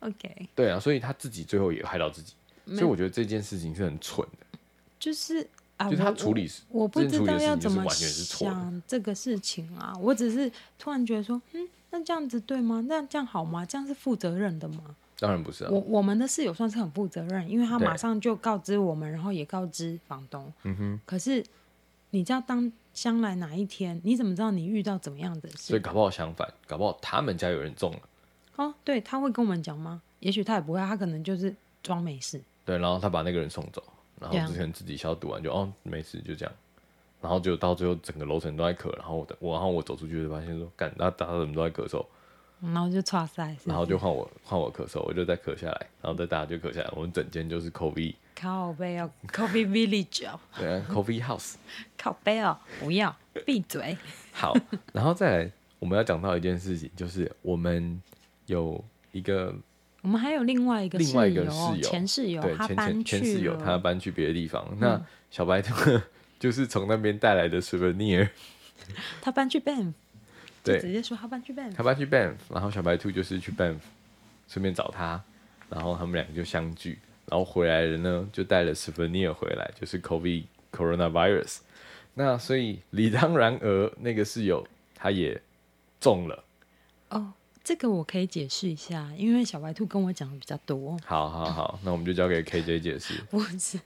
B: OK，
A: 对啊，所以他自己最后也害到自己，
B: 没
A: 所以我觉得这件事情是很蠢的，
B: 就是啊，
A: 就是他
B: 我
A: 处理是
B: 我我不
A: 这件
B: 知
A: 处理
B: 道
A: 的事
B: 要
A: 情就
B: 怎
A: 是
B: 么
A: 完全是错的
B: 想这个事情啊，我只是突然觉得说，嗯，那这样子对吗？那这样好吗？这样是负责任的吗？
A: 当然不是啊
B: 我，我们的室友算是很负责任，因为他
A: 对
B: 马上就告知我们，然后也告知房东。
A: 嗯哼，
B: 可是你知道，当将来哪一天，你怎么知道你遇到怎么样的
A: 所以
B: 事？
A: 搞不好相反，搞不好他们家有人中了，
B: 哦，对，他会跟我们讲吗？也许他也不会，他可能就是装没事。
A: 对，然后他把那个人送走，然后
B: 对啊
A: 之前自己消毒完就哦没事就这样，然后就到最后整个楼层都在咳，然后我的我然后我走出去就发现说，干那大家怎么都在咳嗽，
B: 然后就岔塞，是不是
A: 然后就换我换我咳嗽，我就再咳下来，然后再大家就咳下来，我们整间就是
B: <laughs>
A: COVID
B: 靠背哦，Coffee Village 哦，
A: 对啊 COVID house
B: 靠背哦，不要闭嘴。
A: 好，然后再来我们要讲到一件事情，就是我们有一个
B: 我们还有另外一个
A: 另外一个
B: 室
A: 室友
B: 前室友，
A: 对
B: 他
A: 前前
B: 搬去
A: 前
B: 了，嗯
A: 室友他搬去别的地方，那小白兔 <laughs> 就是从那边带来的 souvenir。
B: 他搬去 Banff，就
A: 对
B: 直接说他搬去 Banff，
A: 他爸去 Banff，然后小白兔就是去 Banff，顺便找他，然后他们两个就相聚，然后回来了呢，就带了 souvenir 回来，就是 COVID coronavirus。那所以理当然而那个室友他也中了，
B: 哦，这个我可以解释一下，因为小白兔跟我讲的比较多， <laughs>
A: 好好好，那我们就交给 KJ 解释。
B: 不是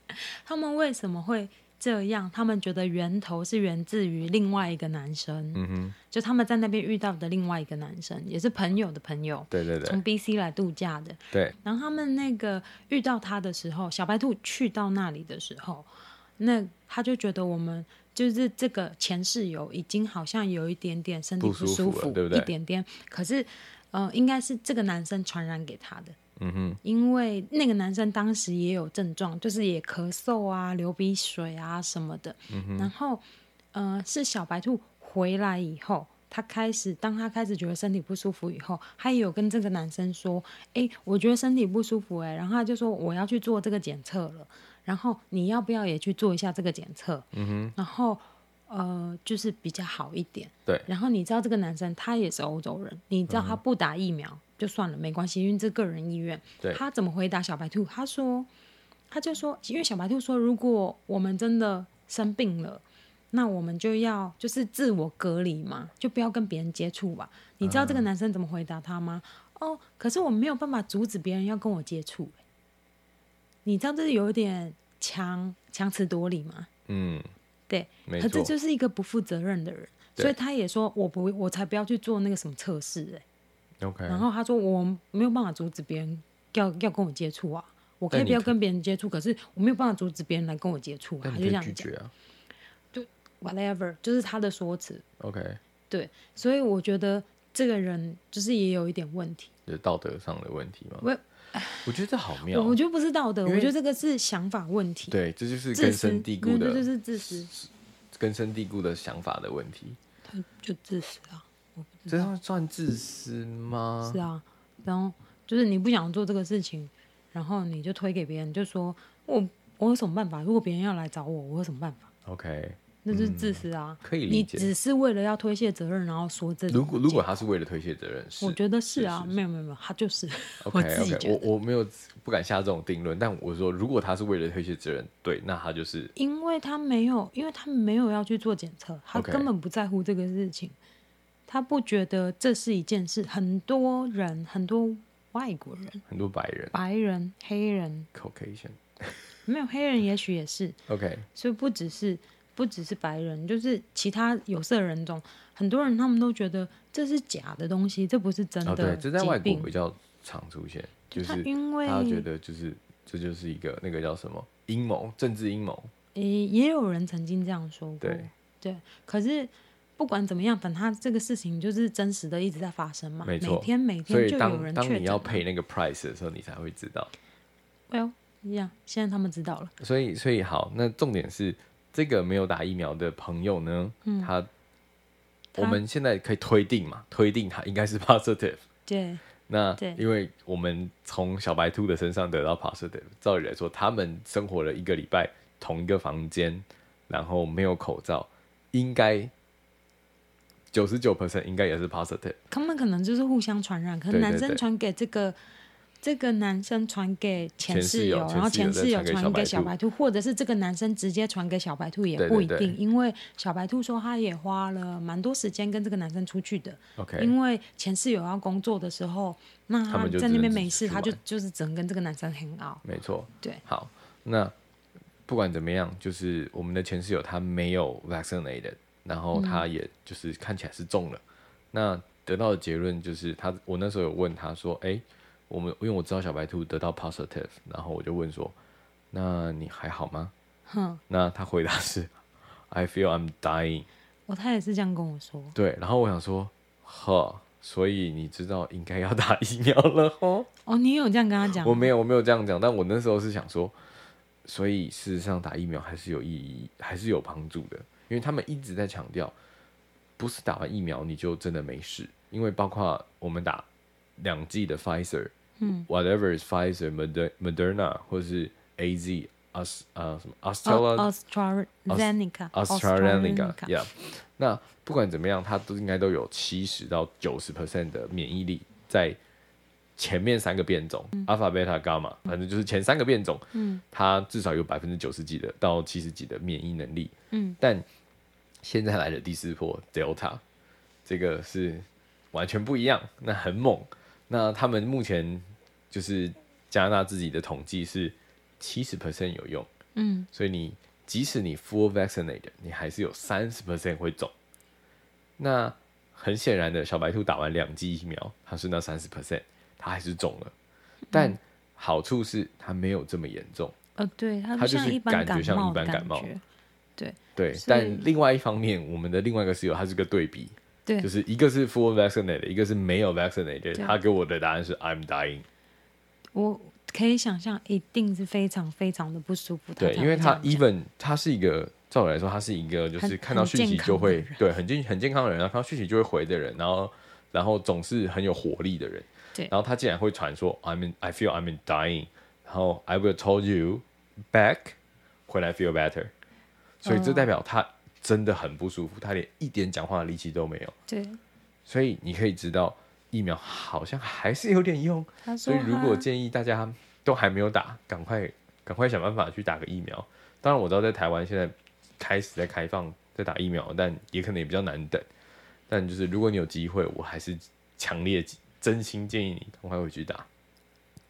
B: 他们为什么会这样？他们觉得源头是源自于另外一个男生，
A: 嗯哼，
B: 就他们在那边遇到的另外一个男生，也是朋友的朋友，
A: 对对对
B: 从 BC 来度假的。
A: 对，
B: 然后他们那个遇到他的时候，小白兔去到那里的时候，那他就觉得我们就是这个前室友已经好像有一点点身体
A: 不
B: 舒
A: 舒服了对不对
B: 一点点。可是，呃，应该是这个男生传染给他的，
A: 嗯哼，
B: 因为那个男生当时也有症状，就是也咳嗽啊、流鼻水啊什么的。然后，呃，是小白兔回来以后，他开始，当他开始觉得身体不舒服以后，他也有跟这个男生说：“诶，我觉得身体不舒服、诶。然后他就说：“我要去做这个检测了，然后你要不要也去做一下这个检测？”嗯哼，然后。呃，就是比较好一点。
A: 对
B: 然后你知道这个男生他也是欧洲人，你知道他不打疫苗、就算了，没关系，因为这个人意愿。
A: 对
B: 他怎么回答小白兔？他说，他就说，因为小白兔说，如果我们真的生病了，那我们就要就是自我隔离嘛，就不要跟别人接触吧。你知道这个男生怎么回答他吗？哦，可是我没有办法阻止别人要跟我接触、欸你知道这是有点强强词夺理吗？
A: 嗯，
B: 对，
A: 没
B: 可这
A: 错，
B: 就是一个不负责任的人，
A: 对
B: 所以他也说我不，我才不要去做那个什么测试、欸，
A: OK。
B: 然后他说我没有办法阻止别人要要跟我接触啊，我可以
A: 但你
B: 不要
A: 可
B: 跟别人接触，可是我没有办法阻止别人来跟我接触啊，
A: 但
B: 他
A: 你可
B: 就这
A: 以
B: 样
A: 拒
B: 讲
A: 绝啊
B: ，whatever，就是他的说辞。
A: ，OK，
B: 对，所以我觉得这个人就是也有一点问题，
A: 就是道德上的问题嘛。
B: 我
A: 我觉得这好妙
B: 我，我觉得不是道德，
A: 因为
B: 我觉得这个是想法问题，
A: 对，这就是
B: 自
A: 根
B: 私，
A: 深蒂固
B: 没有这就
A: 的
B: 是自私，
A: 根深蒂固的想法的问题。
B: 嗯就自私啊，
A: 这样算自私吗
B: 是？啊，然后就是你不想做这个事情，然后你就推给别人，就说我我有什么办法？如果别人要来找我，我有什么办法？
A: OK，
B: 那就是自私啊。
A: 嗯可以
B: 你
A: 理解。
B: 只是为了要推卸责任，然后说这种
A: 如果如果他是为了推卸责任，是
B: 我觉得是
A: 是
B: 啊，
A: 是
B: 没有没有没有，他就是 <laughs> 我
A: OK
B: 自己
A: OK，
B: 觉得，
A: 我我没有不敢下这种定论，但我说如果他是为了推卸责任，对，那他就是
B: 因为他没有，因为他没有要去做检测，他
A: OK
B: 根本不在乎这个事情，他不觉得这是一件事。很多人，很多外国人，
A: 很多白人
B: 白人、黑人，
A: Caucasian。
B: 没有黑人也许也是，
A: OK，
B: 所以不只是不只是白人，就是其他有色人种，很多人他们都觉得这是假的东西，这不是真
A: 哦对
B: 的，疾
A: 这在外国
B: 病。
A: 比较常出现，就
B: 他
A: 是
B: 因为
A: 他觉得就是这就是一个那个叫什么阴谋，政治阴谋。
B: 诶，也有人曾经这样说过。
A: 对
B: 对可是不管怎么样，反正他这个事情就是真实的一直在发生嘛，
A: 没
B: 每
A: 错
B: 天每
A: 所
B: 天
A: 以
B: 就有
A: 当
B: 人
A: 当
B: 确
A: 你要
B: 诊。
A: 配那个 price 的时候，你才会知道。
B: 哎呦，一样，现在他们知道了。
A: 所以所以好，那重点是这个没有打疫苗的朋友呢，他
B: 嗯他
A: 我们现在可以推定嘛，推定他应该是 <laughs> positive。
B: 对，
A: 那
B: 对
A: 因为我们从小白兔的身上得到 positive，照理来说，他们生活了一个礼拜，同一个房间，然后没有口罩，应该九十九 percent 应该也是 positive。
B: 他们可能就是互相传染，可能
A: 对
B: 男
A: 对
B: 生
A: 对
B: 传给这个。这个男生传给前
A: 前
B: 室
A: 室友
B: 友，然后
A: 前
B: 前
A: 室
B: 室
A: 友
B: 友
A: 再传给
B: 传给
A: 小
B: 小
A: 白
B: 白兔，或者是这个男生直接传给小白兔也
A: 对对
B: 不一定，
A: 对
B: 因为小白兔说他也花了蛮多时间跟这个男生出去的，
A: OK，
B: 因为前室友要工作的时候，那
A: 他
B: 他
A: 们就
B: 在
A: 只
B: 那
A: 能
B: 边
A: 自己
B: 没事，
A: 出
B: 他就
A: 来
B: 就是只能跟这个男生 hang out。
A: 没错，
B: 对，
A: 好，那不管怎么样，就是我们的前室友他没有 vaccinated，然后他也就是看起来是中了。那得到的结论就是他，我那时候有问他说：“诶，我们因为我知道小白兔得到 positive，然后我就问说，那你还好吗？”
B: 哼，
A: 那他回答是 “I feel I'm dying”。
B: 我他也是这样跟我说。
A: 对，然后我想说，呵，所以你知道应该要打疫苗了哦。
B: 哦，你有这样跟他讲？
A: 我没有，我没有这样讲，但我那时候是想说，所以事实上打疫苗还是有意义，还是有帮助的，因为他们一直在强调，不是打完疫苗你就真的没事，因为包括我们打两剂的 Pfizer，嗯，whatever is Pfizer、Moder Moderna 或是 A Z、As 啊什么
B: 哦
A: Astella、
B: a u s t r a z e n i c a 啊
A: AstraZeneca，Yeah，那不管怎么样，它都应该都有七十到九十 percent 的免疫力在前面三个变种，阿法、贝塔、伽马，反正就是前三个变种，嗯，它至少有百分之九十几的到七十几的免疫能力，
B: 嗯，
A: 但现在来的第四波 Delta，这个是完全不一样，那很猛，那他们目前就是加拿大自己的统计是七十 percent 有用。
B: 嗯，
A: 所以你即使你 full vaccinated，你还是有三十 percent 会中。那很显然的，小白兔打完两剂疫苗，它是那三十 percent，它还是中了。但好处是它没有这么严重，
B: 呃，对，他
A: 他
B: 就
A: 就是
B: 像一般
A: 感觉像
B: 冒
A: 一
B: 的
A: 般
B: 感
A: 感冒
B: 觉
A: 对。
B: 所以
A: 但另外一方面，我们的另外一个室友，他是个对比，
B: 对，
A: 就是一个是 full vaccinated，一个是没有 vaccinated，
B: 对
A: 他给我的答案是 I'm dying。
B: 我可以想象，一定是非常非常的不舒服。
A: 对，
B: 才
A: 因为
B: 会这
A: 他
B: 样讲
A: even 他是一个，照理来说，他是一个就
B: 很
A: 是看到讯息就
B: 很
A: 会
B: 健康
A: 对很健很健康的人，然后看到讯息就会回的人，然后然后总是很有活力的人。
B: 对
A: 然后他竟然会传说 I'm in, I feel I'm in dying，然后 I will told you back when I feel better，所
B: 嗯
A: 以这代表他真的很不舒服，他连一点讲话的力气都没有。
B: 对
A: 所以你可以知道疫苗好像还是有点用。
B: 他
A: 所
B: 说
A: 以
B: 他，
A: 如果建议大家都还没有打，赶快赶快想办法去打个疫苗。当然我知道在台湾现在开始在开放在打疫苗，但也可能也比较难等。但就是如果你有机会，我还是强烈真心建议你赶快回去打。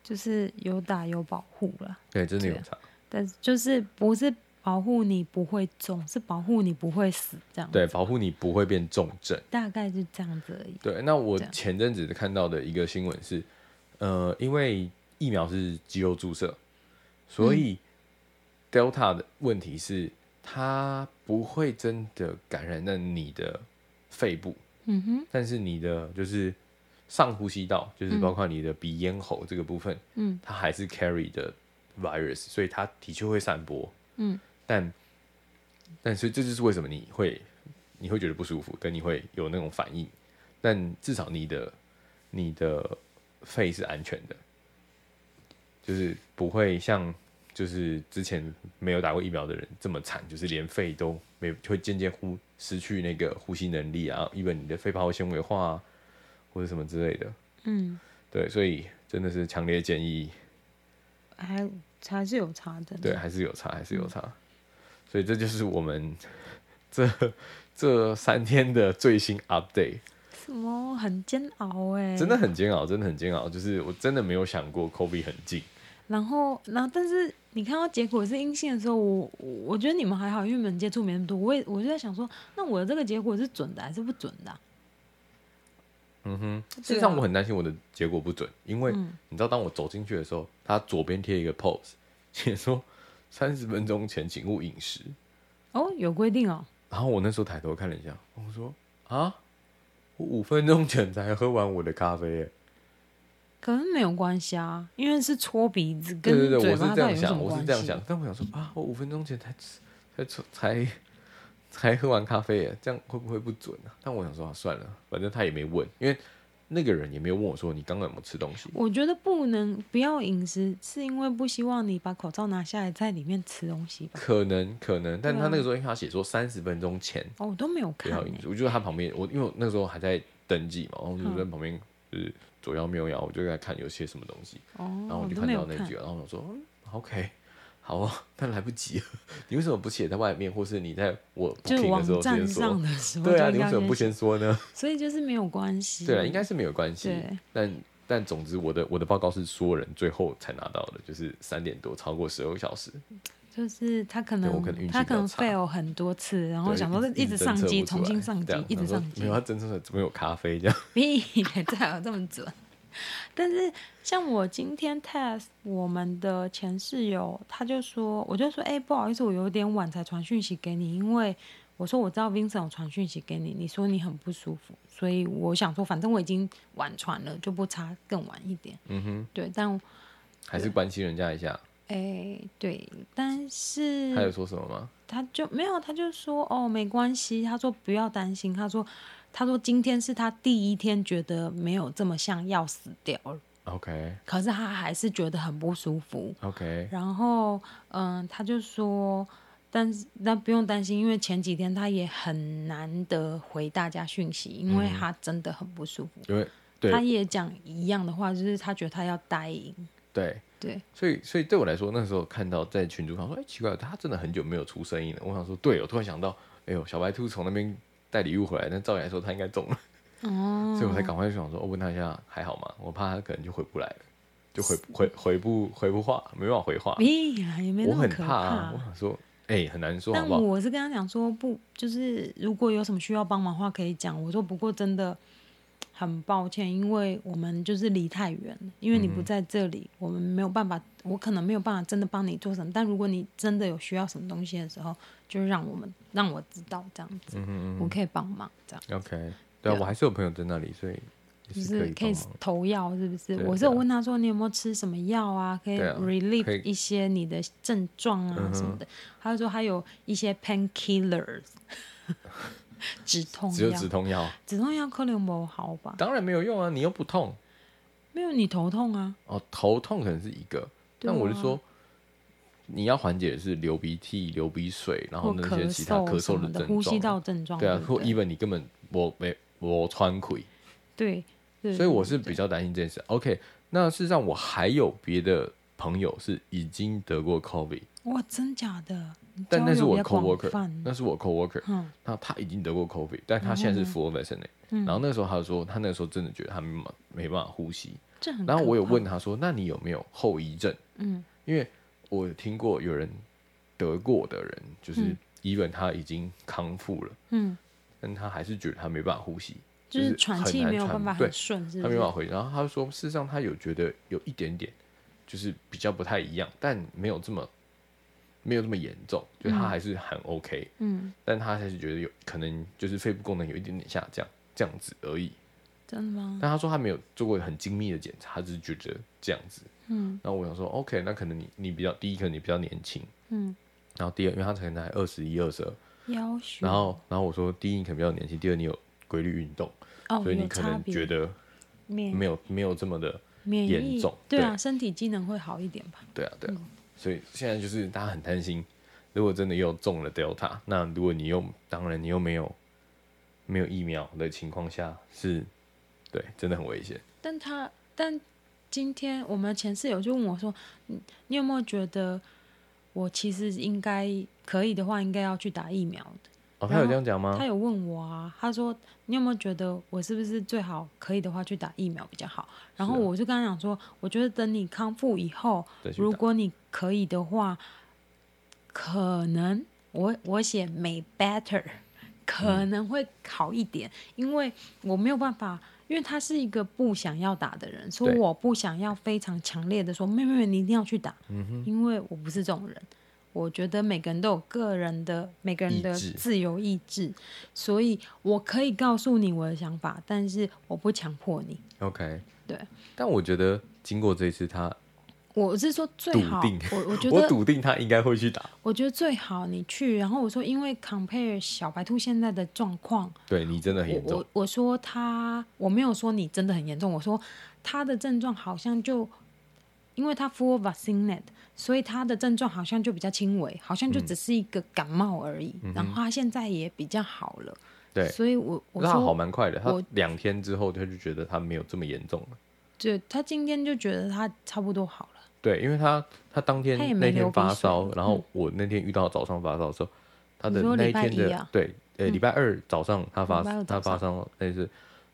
B: 就是有打有保护了，
A: 对，真的有
B: 对
A: 差。
B: 但是就是不是保护你不会中，是保护你不会死这样。
A: 对，保护你不会变重症。
B: 大概就这样子而已。
A: 对，那我
B: 这样
A: 前阵子看到的一个新闻是，呃，因为疫苗是肌肉注射，所
B: 嗯
A: 以 Delta 的问题是它不会真的感染到你的肺部，
B: 嗯哼，
A: 但是你的就是上呼吸道，就是包括你的鼻咽喉这个部分，
B: 嗯，
A: 它还是 carry 的 virus，所以它的确会散播，
B: 嗯，
A: 但但所以这就是为什么你会你会觉得不舒服，跟你会有那种反应，但至少你的你的肺是安全的，就是不会像。就是之前没有打过疫苗的人这么惨，就是连肺都没有会渐渐呼失去那个呼吸能力啊，因为你的肺泡纤维化、啊、或者什么之类的。
B: 嗯。
A: 对，所以真的是强烈建议，
B: 还还是有差的。
A: 对，，还是有差，还是有差。所以这就是我们这这三天的最新 update。
B: 什么很煎熬哎、
A: 真的很煎熬，真的很煎熬。就是我真的没有想过 COVID 很近，
B: 然后，然后，但是你看到结果是阴性的时候，我我我觉得你们还好，因为你们接触没那么多。我也我就在想说，那我的这个结果是准的还是不准的啊、
A: 事实上我很担心我的结果不准，因为
B: 嗯
A: 你知道，当我走进去的时候，它左边贴一个 pose，写说三十分钟前请勿饮食。
B: 哦，有规定哦。
A: 然后我那时候抬头看了一下，我说啊，我五分钟前才喝完我的咖啡耶。
B: 可是没有关系啊，因为是戳鼻子
A: 对对
B: 跟
A: 对，
B: 嘴
A: 我是
B: 巴
A: 这
B: 到
A: 样
B: 底有什
A: 想，
B: 么
A: 我
B: 关
A: 是
B: 系？
A: 这样想，但我想说啊，我五分钟前才吃才吃才才喝完咖啡耶，这样会不会不准啊？但我想说啊，算了，反正他也没问，因为那个人也没有问我说你刚刚有没有吃东西。
B: 我觉得不能不要饮食，是因为不希望你把口罩拿下来在里面吃东西吧？
A: 可能可能，但他那个时候因为他写说三十分钟前
B: 哦，我都没有
A: 不
B: 啊看、
A: 要饮
B: 欸。
A: 食，我就在他旁边，我因为我那时候还在登记嘛，然后我就
B: 嗯
A: 在旁边就是左摇右摇，我就在看有些什么东西，然后
B: 哦，
A: 我
B: 我
A: 就
B: 都
A: 看
B: 没
A: 到
B: 有
A: 那
B: 看
A: 句，。然后我说嗯，OK，好啊，但来不及了， <laughs> 你为什么不写在外面，或是你在我
B: 就是
A: booking
B: 网
A: 的时候直
B: 站
A: 接说
B: 上？的时候，
A: 对啊，
B: 就
A: 你为
B: 应该
A: 什么不
B: 先
A: 先说呢？ <laughs>
B: 所以就是没有关系。
A: 对啊，应该是没有关系
B: 对，
A: 但但总之我的我的报告是所有人最后才拿到的，就是三点多，超过十二个小时，
B: 就是他可
A: 对我可能运
B: 能
A: 气
B: 他可能
A: 比较差
B: fail 很多次，然后
A: 对
B: 想说一直上机，
A: 侦测不出来
B: 重新上
A: 这
B: 机
A: 样，
B: 一直
A: 想说
B: 上机
A: 没有，他啊侦测出来怎么有咖啡这样？ <laughs>
B: 屁， <laughs> 这有这么准？但是像我今天 test 我们的前室友，他就说，我就说，哎、不好意思，我有点晚才传讯息给你，因为我说我知道 Vincent 有传讯息给你，你说你很不舒服，所以我想说，反正我已经晚传了，就不差更晚一点。
A: 嗯哼，
B: 对，但
A: 还是关心人家一下。
B: 哎、对，但是
A: 他有说什么吗？
B: 他就没有，他就说哦，没关系，他说不要担心，他说他说今天是他第一天觉得没有这么像要死掉了，
A: OK
B: 可是他还是觉得很不舒服。
A: OK，
B: 然后嗯，他就说，但是那不用担心，因为前几天他也很难得回大家讯息，因为他真的很不舒服。
A: 因为嗯对
B: 他也讲一样的话，就是他觉得他要待营，
A: 对，
B: 对，
A: 所以所以对我来说，那时候看到在群主上说，哎、奇怪，他真的很久没有出声音了。我想说，对，我突然想到，哎呦，小白兔从那边带礼物回来，但照理来说他应该中了，
B: 哦，
A: 所以我才赶快就想说，我、问他一下还好吗？我怕他可能就回不来了，就回回回不回不话，没办法回话。
B: 咦哎呀，也没
A: 我
B: 那么
A: 很
B: 可
A: 怕
B: 怕
A: 啊，我想说，哎、很难说好
B: 但
A: 不好？
B: 我是跟他讲说不，就是如果有什么需要帮忙的话可以讲。我说不过真的很抱歉，因为我们就是离太远了，因为你
A: 嗯
B: 不在这里，我们没有办法，我可能没有办法真的帮你做什么。但如果你真的有需要什么东西的时候，就让我们让我知道这样子，
A: 嗯
B: 我可以帮忙这样。
A: OK，对啊，我还是有朋友在那里，所以
B: 就
A: 也是可
B: 是
A: 以啊
B: 可
A: 帮
B: 以
A: 忙的。
B: 投药，是不是？
A: 对
B: 我
A: 对
B: 是有
A: 啊
B: 问他说你有没有吃什么药啊，可以
A: 对啊
B: relieve、
A: 可以嗯
B: 一些你的症状啊什么的。他就说他有一些 painkillers，止痛
A: 只有
B: 药，
A: 止痛药，
B: 止痛药可能不好吧？
A: 当然没有用啊，你又不痛。
B: 没有你头痛啊，
A: 哦，头痛可能是一个，
B: 对
A: 但我是
B: 啊
A: 说，你要缓解的是流鼻涕、流鼻水，然
B: 或
A: 后那些
B: 咳
A: 其他咳
B: 什
A: 嗽
B: 么
A: 症状，
B: 呼吸道症状，
A: 对啊，
B: 不
A: 或
B: 对
A: even 你根本我没我穿溃，
B: 对对，
A: 所以我是
B: 对
A: 比较担心这件事。OK，那事实上我还有别的朋友是已经得过 COVID，
B: 哇，真假的？你
A: 但
B: 交
A: 那是
B: 友
A: 我
B: 比较广
A: coworker，
B: 泛
A: 那是我 coworker，
B: 嗯
A: 那他已经得过 COVID，但他现在是 full vaccinate，然后那时候他就说他那时候真的觉得他没办法没办法呼吸，
B: 这很。
A: 然后我有问，他说：“那你有没有后遗症？”
B: 嗯，
A: 因为我有听过有人得过的人，就是
B: 嗯
A: even 他已经康复了，
B: 嗯，
A: 但他还是觉得他没办法呼吸，
B: 就
A: 就是
B: 是喘
A: 很
B: 气
A: 难
B: 没有
A: 喘
B: 办法
A: 对
B: 很顺，是
A: 他
B: 不
A: 没
B: 是
A: 办？法回。然后他就说，事实上他有觉得有一点点，就是比较不太一样，但没有这么没有这么严重，就他还是很 OK，、
B: 嗯，
A: 但他还是觉得有可能就是肺部功能有一点点下降，这样子而已。
B: 真的吗？
A: 但他说他没有做过很精密的检查，他只是觉得这样子。
B: 嗯。
A: 然后我想说，OK，那可能你你比较第一，可能你比较年轻，
B: 嗯，
A: 然后第二，因为他可能才二十一、二十二，
B: 要求，
A: 然后然后我说，第一你可能比较年轻，第二你有规律运动，
B: 哦，
A: 所以
B: 有
A: 你可
B: 差
A: 能
B: 别
A: 觉得
B: 免
A: 没有没有这么的，
B: 免
A: 严
B: 疫
A: 重
B: 对啊，
A: 对
B: 身体机能会好一点吧？
A: 对啊
B: 嗯
A: 对啊，所以现在就是大家很担心，如果真的又中了 Delta，那如果你又当然你又没有没有疫苗的情况下，是对真的很危险。
B: 但他但今天我们的前室友就问我说，你你有没有觉得我其实应该可以的话，应该要去打疫苗的？
A: 哦，他有这样讲吗
B: 他？有问我啊，他说你有没有觉得我是不是最好可以的话去打疫苗比较好？然后
A: 是啊
B: 我就跟他讲说，我觉得等你康复以后，
A: 再去
B: 如
A: 打
B: 果你可以的话，可能我我写 may better，可能会好一点，因为我没有办法。因为他是一个不想要打的人，所以
A: 对
B: 我不想要非常强烈的说，妹妹妹你一定要去打，
A: 嗯
B: 因为我不是这种人。我觉得每个人都有个人的每个人的
A: 意志
B: 自由意志，所以我可以告诉你我的想法，但是我不强迫你。
A: OK，
B: 对，
A: 但我觉得经过这一次，他
B: 我是说最
A: 笃
B: 好
A: 定，
B: 我我觉
A: 我
B: 得
A: 笃定他应该会去打。
B: 我觉得最好你去。然后我说，因为 compare 小白兔现在的状况，
A: 对你真的很
B: 我
A: 严重
B: 我，我说他，我没有说你真的很严重，我说他的症状好像就，因为他 full v a c c i n a t 所以他的症状好像就比较轻微，好像就只是一个感冒而已。然后他现在也比较好了，
A: 嗯对
B: 所以我我
A: 那他好
B: 说，
A: 蛮快的，他
B: 我
A: 两天之后他就觉得他没有这么严重了。
B: 对他今天就觉得他差不多好了。
A: 对，因为他他当天
B: 他也没
A: 那天
B: 流鼻
A: 发
B: 水
A: 烧，然后我那天遇到早上发烧的时候，他的
B: 嗯你说
A: 那
B: 礼
A: 一
B: 拜
A: 天的
B: 一啊
A: 对，呃，礼拜二早上他发
B: 礼拜二
A: 他
B: 早嗯
A: 发烧那次，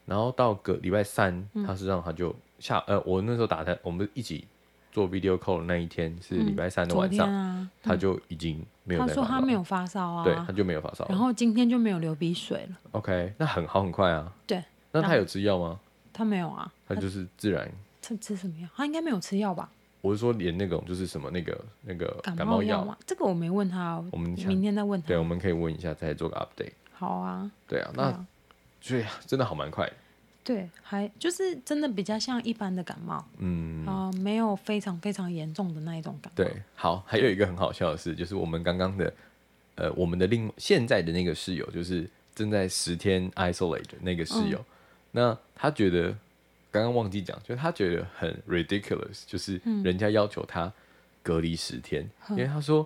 A: 然后到个礼拜三，他是让他就下呃，我那时候打他，我们一起做 video call 的那一天是礼拜三的
B: 嗯昨
A: 晚
B: 天
A: 上，
B: 啊，
A: 他就已经没有
B: 他
A: 再
B: 说
A: 发
B: 他
A: 烧
B: 没
A: 了，
B: 有发烧啊，
A: 对，他就没有发烧了。
B: 然后今天就没有流鼻水了，
A: OK，那很好很快啊。
B: 对
A: 那
B: 然
A: 他有吃药吗？
B: 他没有啊，
A: 他就是自然。
B: 他吃什么药？他应该没有吃药吧？
A: 我是说，连那种就是什么那个那个
B: 感
A: 感
B: 冒
A: 冒
B: 药
A: 药，
B: 嘛，这嗯个我没问他哦，
A: 我们想
B: 明天再问他。
A: 对，我们可以问一下，再做个 update。
B: 好啊，
A: 对啊，
B: 对
A: 那
B: 啊
A: 所以真的好蛮快的。
B: 对，还就是真的比较像一般的感冒啊、
A: 嗯，
B: 呃没有非常非常严重的那一种感冒。
A: 对，好，还有一个很好笑的事，就是我们刚刚的，呃，我们的另现在的那个室友，就是正在十天 isolate 的那个室
B: 嗯
A: 友，那他觉得刚刚忘记讲，就是他觉得很 ridiculous，就是
B: 嗯
A: 人家要求他隔离十天，因为他说。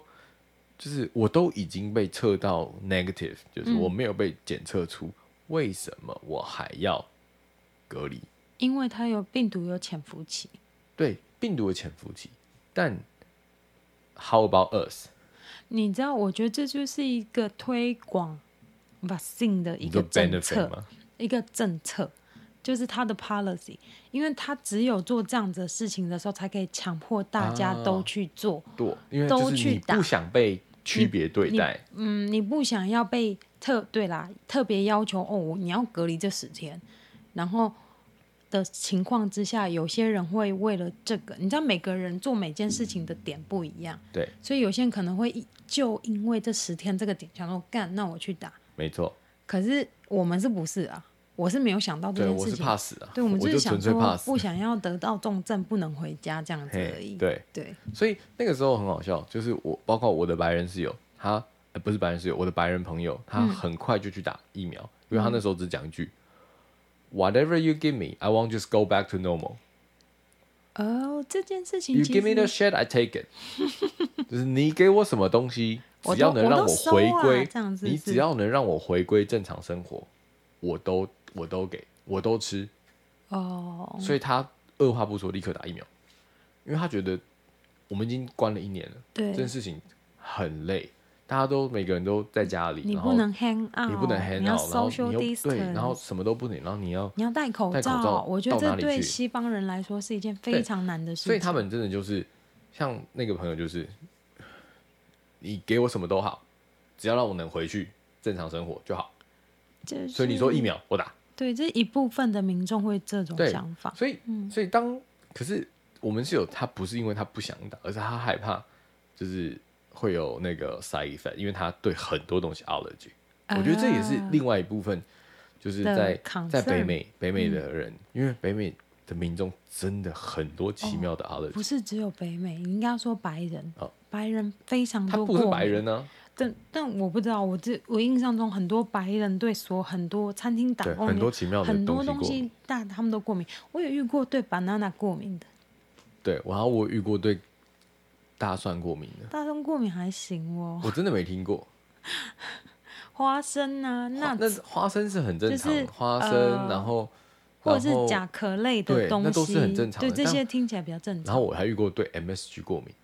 A: 就是我都已经被测到 negative，就是
B: 嗯
A: 我没有被检测出，为什么我还要隔离？
B: 因为它有病毒有潜伏期，
A: 对病毒的潜伏期，但 How about us？
B: 你知道，我觉得这就是一个推广 vaccine 的一
A: 你
B: 个
A: 说
B: 政
A: benefit
B: 策，
A: 吗？
B: 一个政策。就是它的 policy，因为它只有做这样子的事情的时候，才可以强迫大家
A: 啊
B: 都去做。
A: 对，因为
B: 都
A: 就是
B: 去
A: 你
B: 打
A: 不想被区别对待，
B: 嗯，你不想要被特对啦，特别要求哦，我你要隔离这十天，然后的情况之下，有些人会为了这个，你知道每个人做每件事情的点不一样，
A: 对，
B: 所以有些人可能会一就因为这十天这个点想说干，那我去打，
A: 没错，
B: 可是我们是不是啊？我是没有想到这
A: 对
B: 件
A: 我
B: 事
A: 是
B: 情，
A: 怕死啊，
B: 对，我们
A: 就是纯
B: 想
A: 粹怕
B: 说
A: 死
B: 不，想要得到重症，不能回家这样子而
A: 嘿
B: 已，
A: 对，
B: 对，
A: 所以那个时候很好笑，就是我包括我的白人室友，他、呃、不是白人室友，我的白人朋友，他
B: 嗯
A: 很快就去打疫苗，因为他那时候只讲一句。Whatever you give me, I won't just go back to normal.
B: 哦，这件事情
A: You
B: 其
A: give me the
B: 实
A: shit, I take
B: <laughs>
A: it. 就是你给我什么东西，
B: 我
A: 只
B: 都
A: 要能让
B: 我都收
A: 回
B: 啊
A: 归，
B: 这样子
A: 你
B: 是
A: 只要能让我回归正常生活，我都我都给我都吃。
B: 哦，
A: 所以他二话不说立刻打疫苗，因为他觉得我们已经关了一年了，
B: 对
A: 这件事情很累，大家都每个人都在家里，
B: 你
A: 然
B: 不
A: 后
B: 能 hang out，
A: 你不能 hang
B: 你要
A: out，然后
B: social
A: 你又
B: distance，
A: 对，然后什么都不能，然后你要，
B: 你要戴口
A: 戴口罩
B: 我觉得
A: 到哪
B: 这
A: 里
B: 对
A: 去
B: 西方人来说是一件
A: 对
B: 非常难的事情。
A: 所以他们真的就是像那个朋友，就是你给我什么都好，只要让我能回去正常生活就好。
B: 就是
A: 所以你说疫苗我打，
B: 对这一部分的民众会这种
A: 对
B: 想法，
A: 所以所以当可是我们是有他不是因为他不想打，而是他害怕就是会有那个 side effect，因为他对很多东西 allergy。我觉得这也是
B: 啊
A: 另外一部分，就是
B: 的
A: 在
B: concern 嗯
A: 在北美北美的人，因为北美的民众真的很多奇妙的 allergy，、
B: 哦不是只有北美，你应该说白人，
A: 哦
B: 白人非常
A: 他
B: 多
A: 不是
B: 过
A: 白
B: 敏
A: 人啊呢、
B: 但但我不知道，我这我印象中很多白人对所很多餐厅打
A: 对
B: 工，
A: 很多奇妙的
B: 很多
A: 东西
B: 东
A: 过
B: 西
A: 敏，
B: 但他们都过敏。我也遇过对 banana 过敏的，
A: 对，然后我遇过对大蒜过敏的，
B: 大众过敏还行哦，
A: 我真的没听过。
B: 花生啊，那
A: 花那花生是很正常，
B: 就是
A: 花生，
B: 呃
A: 然后
B: 或者
A: 然
B: 是
A: 后
B: 甲壳类
A: 对
B: 的东西，
A: 那都是很正常的
B: 对，这
A: 但
B: 些听起来比较正
A: 然
B: 常。
A: 后我还遇过对 MSG 过敏，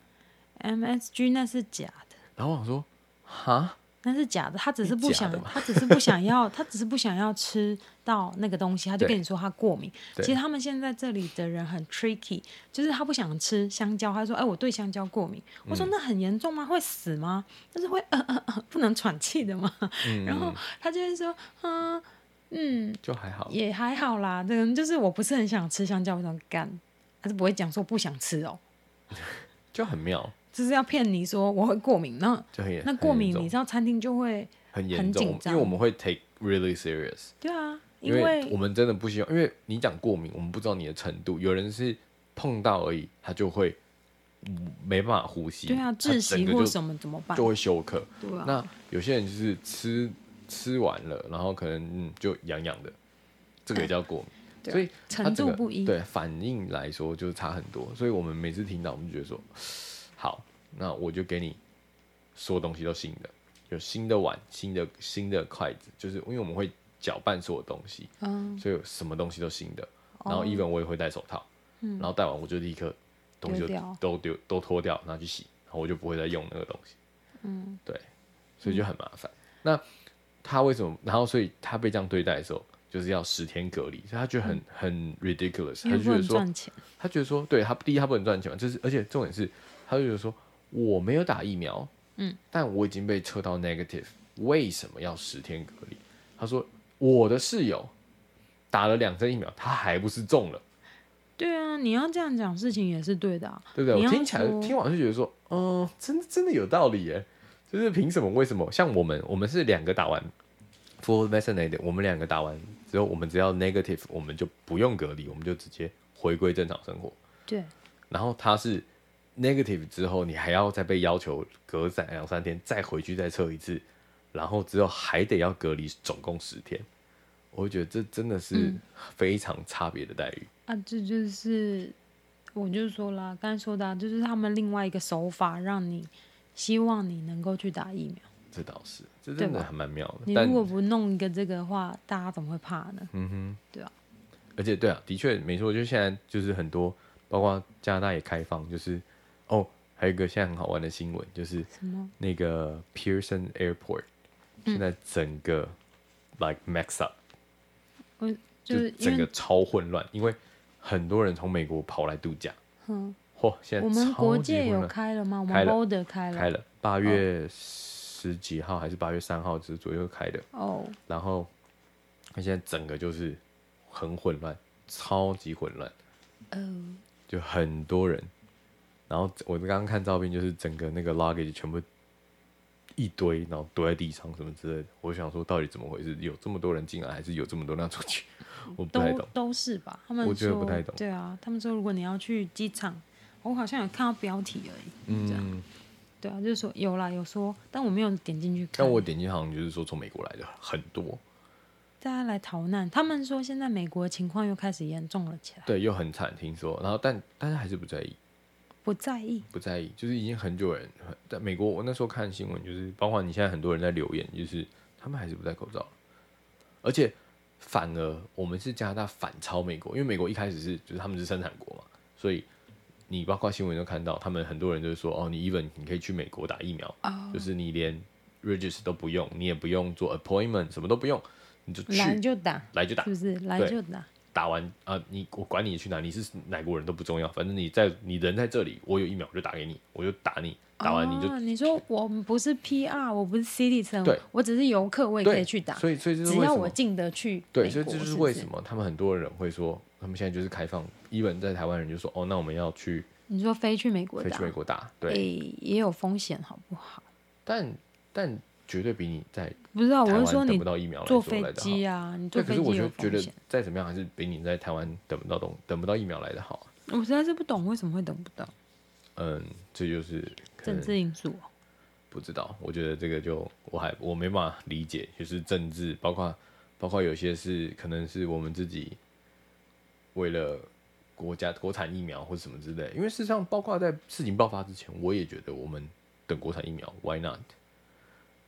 B: MSG 那是假的，
A: 然后我想说，哈，
B: 那是假的，他只是不
A: 假
B: 想
A: 的嘛，
B: 他只是不想要，他只是不想要吃到那个东西，他就
A: 对
B: 跟你说他过敏。其
A: 对
B: 实他们现在这里的人很 tricky，就是他不想吃香蕉，他说：“哎，我对香蕉过敏。”
A: 嗯
B: 我说：“那很严重吗？会死吗？就是会呃呃呃不能喘气的吗？”
A: 嗯
B: 然后他就会说：“嗯嗯，
A: 就还好。
B: 也还好啦，这个就是我不是很想吃香蕉，我想干，他是不会讲说不想吃哦，
A: 就很妙，
B: 就是要骗你说我会过敏。那
A: 就很
B: 那过敏，
A: 很
B: 你
A: 严
B: 知道餐厅就会很
A: 重，很严
B: 紧
A: 重，
B: 张
A: 因为我们会 take really serious，
B: 对啊，
A: 因为我们真的不希望，因为你讲过敏，我们不知道你的程度，有人是碰到而已，他就会嗯没办法呼吸，
B: 对啊，
A: 他
B: 窒息
A: 整个
B: 或
A: 就
B: 什么怎么办
A: 就？会休克。
B: 对啊，
A: 那有些人就是吃吃完了，然后可能嗯就痒痒的，这个也叫过敏。
B: <laughs> 对啊
A: 所以它
B: 程
A: 整
B: 度
A: 个
B: 不一
A: 对反应来说就是差很多。所以我们每次听到，我们就觉得说，好，那我就给你所有东西都新的，有新的碗、新的新的筷子，就是因为我们会搅拌所有东西，
B: 嗯，
A: 所以什么东西都新的。然后
B: 哦
A: even 我也会戴手套，然后戴完我就立刻东西就
B: 丢掉
A: 都丢都脱掉，拿去洗，然后我就不会再用那个东西。嗯，对，所以就很麻烦。那他为什么？然后所以他被这样对待的时候，就是要十天隔离，所以他觉得很、很 ridiculous，
B: 嗯因
A: 他就
B: 为不
A: 觉得
B: 能
A: 说，
B: 赚钱，
A: 他觉得说，对他第一他不能赚钱嘛，这是而且重点是，他就觉得说我没有打疫苗，嗯，但我已经被测到 negative，为什么要十天隔离？他说我的室友打了两针疫苗，他还不是中了。
B: 对啊，你要这样讲事情也是对的啊，
A: 对不对？我
B: 你要
A: 听起来
B: 说
A: 听完就觉得说，嗯、真的真的有道理耶。就是凭什么？为什么？像我们，我们是两个打完 full vaccinated，我们两个打完之后，我们只要 negative，我们就不用隔离，我们就直接回归正常生活。
B: 对，
A: 然后他是 negative 之后，你还要再被要求隔三两三天再回去再测一次，然后之后还得要隔离总共十天。我会觉得这真的是
B: 嗯
A: 非常差别的待遇。
B: 啊，这就是我就说啦，刚才说的、啊，就是他们另外一个手法，让你希望你能够去打疫苗。
A: 这倒是，这
B: 对
A: 真的
B: 吧
A: 还蛮妙的。
B: 你
A: 但嗯
B: 如果不弄一个这个的话，大家怎么会怕呢？
A: 而且对啊，的确没错，就现在就是很多，包括加拿大也开放，就是哦，还有一个现在很好玩的新闻，就是
B: 什么？嗯
A: 那个 Pearson Airport 现在整个、like max up，
B: 我就
A: 就是
B: 因
A: 整个
B: 为
A: 超混乱，因为很多人从美国跑来度假，
B: 嗯，
A: 嚯、现在
B: 我们国
A: 超级
B: 界
A: 混
B: 有
A: 乱，
B: 开了吗？我们
A: 开了
B: border 开了
A: 开了八月十几号还是八月三号之左右开的，
B: 哦，
A: 然后它现在整个就是很混乱，超级混乱。
B: 呃，
A: 就很多人。然后我刚刚看照片，就是整个那个 luggage 全部一堆，然后堆在地上什么之类的。我想说，到底怎么回事？有这么多人进来，还是有这么多人要出
B: <laughs>
A: 去？我不太
B: 都
A: 懂。
B: 都是吧？他们
A: 我觉得
B: 说
A: 不太懂
B: 对啊，他们说如果你要去机场，我好像有看到标题而已。这样
A: 嗯，
B: 对啊，就是说有啦，有说，但我没有点进去看。
A: 但我点进去好像就是说从美国来的很多，
B: 大家来逃难，他们说现在美国情况又开始严重了起来，
A: 对，又很惨，听说。然后但但是还是不在意，
B: 不在意。
A: 不在意，就是已经很久人很在美国。我那时候看新闻，就是包括你现在很多人在留言，就是他们还是不戴口罩，而且反而我们是加拿大反超美国，因为美国一开始是就是他们是生产国嘛，所以你包括新闻都看到，他们很多人就是说哦，你 even 你可以去美国打疫苗，
B: 哦
A: 就是你连 register 都不用，你也不用做 appointment，什么都不用，你就去
B: 来就嗯打，
A: 来就打
B: 是，不是？来
A: 对
B: 就打，
A: 打完啊、你我管你去哪，你是哪国人都不重要，反正你在你人在这里，我有疫苗我就打给你，我就打你，打完你就、
B: 哦、你说我们不是 PR，我不是 citizen，
A: 对
B: 我只是游客，我也可
A: 对
B: 以去打，
A: 所以所以这是
B: 只
A: 为
B: 要
A: 什
B: 我
A: 么？
B: 进得去美国。
A: 对，所以这就是
B: 是
A: 为什
B: 么
A: 么他们很多人会说，他们现在就是开放，even 在台湾人就说，哦，那我们要去
B: 你说飞去美国
A: 飞
B: 打
A: 去，美国打，对，
B: 诶也有风险，好不好？
A: 但但绝对比你在
B: 不知道，
A: 台
B: 哦我是说
A: 湾等
B: 你
A: 不到疫苗来
B: 坐
A: 说
B: 飞
A: 来的好。
B: 机啊，你坐
A: 对，可
B: 飞
A: 是我
B: 机
A: 就
B: 有
A: 觉
B: 风
A: 得
B: 险。
A: 再怎么样，还是比你在台湾等不到东等不到疫苗来的好啊。
B: 我实在是不懂为什么会等不到
A: 嗯，这就是可
B: 政
A: 能
B: 治因素哦、
A: 不知道，我觉得这个就我还我没办法理解，就是政治，包括包括有些是可能是我们自己为了国家国产疫苗或什么之类，因为事实上，包括在事情爆发之前，我也觉得我们等国产疫苗，Why not？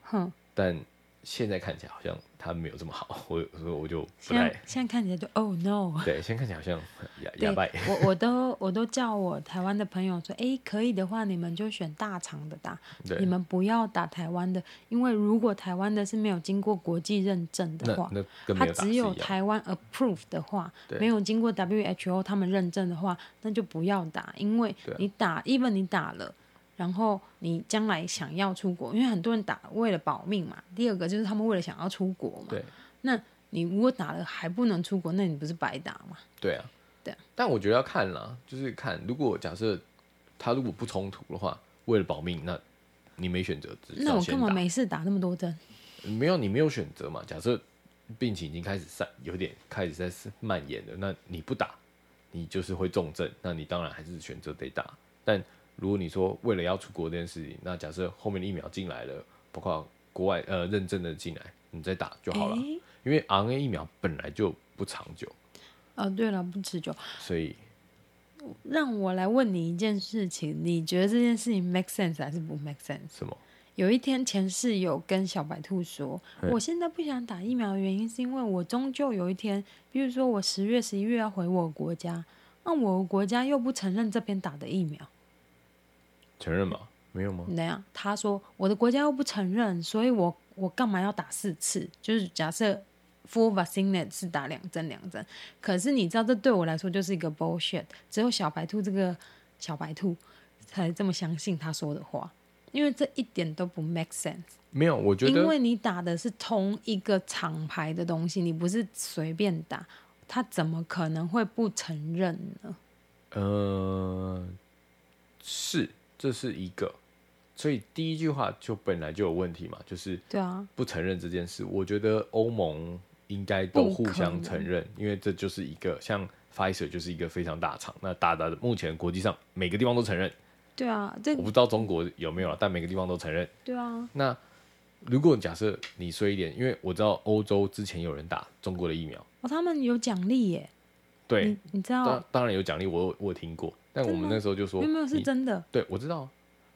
B: 哼，
A: 但现在看起来好像他没有这么好，我所以我就不
B: 现在
A: 太
B: <laughs> 现在看起来就 Oh no，
A: 对，现在看起来好像哑
B: 对
A: <laughs> 哑巴。
B: 我我都我都叫我台湾的朋友说，诶，可以的话，你们就选大厂的打，
A: 对
B: 你们不要打台湾的，因为如果台湾的是没有经过国际认证
A: 那
B: 的话，
A: 那跟
B: 它
A: 没有打是
B: 只
A: 一
B: 有
A: 样。
B: 台湾 approve 的话
A: 对，
B: 没有经过 WHO 他们认证的话，那就不要打，因为
A: 对啊
B: 你打，even 你打了。然后你将来想要出国，因为很多人打为了保命嘛。第二个就是他们为了想要出国嘛。
A: 对
B: 那你如果打了还不能出国，那你不是白打吗？
A: 对啊，
B: 对啊
A: 但我觉得要看啦，就是看如果假设他如果不冲突的话，为了保命，那你没选择，只只
B: 那
A: 好
B: 我
A: 啊先
B: 干
A: 打
B: 嘛没事打那么多针？
A: 没有你没有选择嘛？假设病情已经开始散，有点开始在蔓延了，那你不打，你就是会重症，那你当然还是选择得打。但如果你说为了要出国这件事情，那假设后面的疫苗进来了，包括国外呃认证的进来，你再打就好了，
B: 诶
A: 因为 RNA 疫苗本来就不长久，
B: 哦，对了，不持久。
A: 所以
B: 让我来问你一件事情，你觉得这件事情 make sense 还是不 make sense？
A: 什么？
B: 有一天前室友跟小白兔说，
A: 嗯
B: 我现在不想打疫苗的原因是因为我终究有一天，比如说我十月、十一月要回我国家，那我国家又不承认这边打的疫苗，
A: 承认吗？没有吗？
B: 那样他说我的国家又不承认，所以我我干嘛要打四次？就是假设 full vaccine 是打两针两针，可是你知道这对我来说就是一个 bullshit。只有小白兔这个小白兔才这么相信他说的话，因为这一点都不 make sense。
A: 没有，我觉
B: 因
A: 得
B: 为你打的是同一个厂牌的东西，你不是随便打，他怎么可能会不承认呢？
A: 呃是这是一个，所以第一句话就本来就有问题嘛，就是
B: 对啊，
A: 不承认这件事，我觉得欧盟应该都
B: 不
A: 互
B: 可
A: 相
B: 能
A: 承认，因为这就是一个像 Pfizer 就是一个非常大厂，那大大的目前国际上每个地方都承认，
B: 对啊，这
A: 我不知道中国有没有了，但每个地方都承认。
B: 对啊，
A: 那如果假设你衰一点，因为我知道欧洲之前有人打中国的疫苗，
B: 哦，他们有奖励耶，
A: 对
B: 你，你知道
A: 哎当当然有奖励，我有我有听过，但我们那时候就说
B: 没有没有是
A: 你
B: 真的。
A: 对，我知道啊，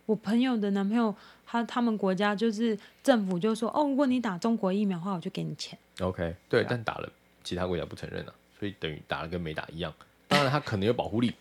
B: 我朋友的男朋友，他他们国家就是政府就说，哦，如果你打中国疫苗的话，我就给你钱。
A: OK，对，
B: 啊
A: 但打了其他国家不承认啊，所以等于打了跟没打一样。当然，它可能有保护
B: <laughs>
A: 力，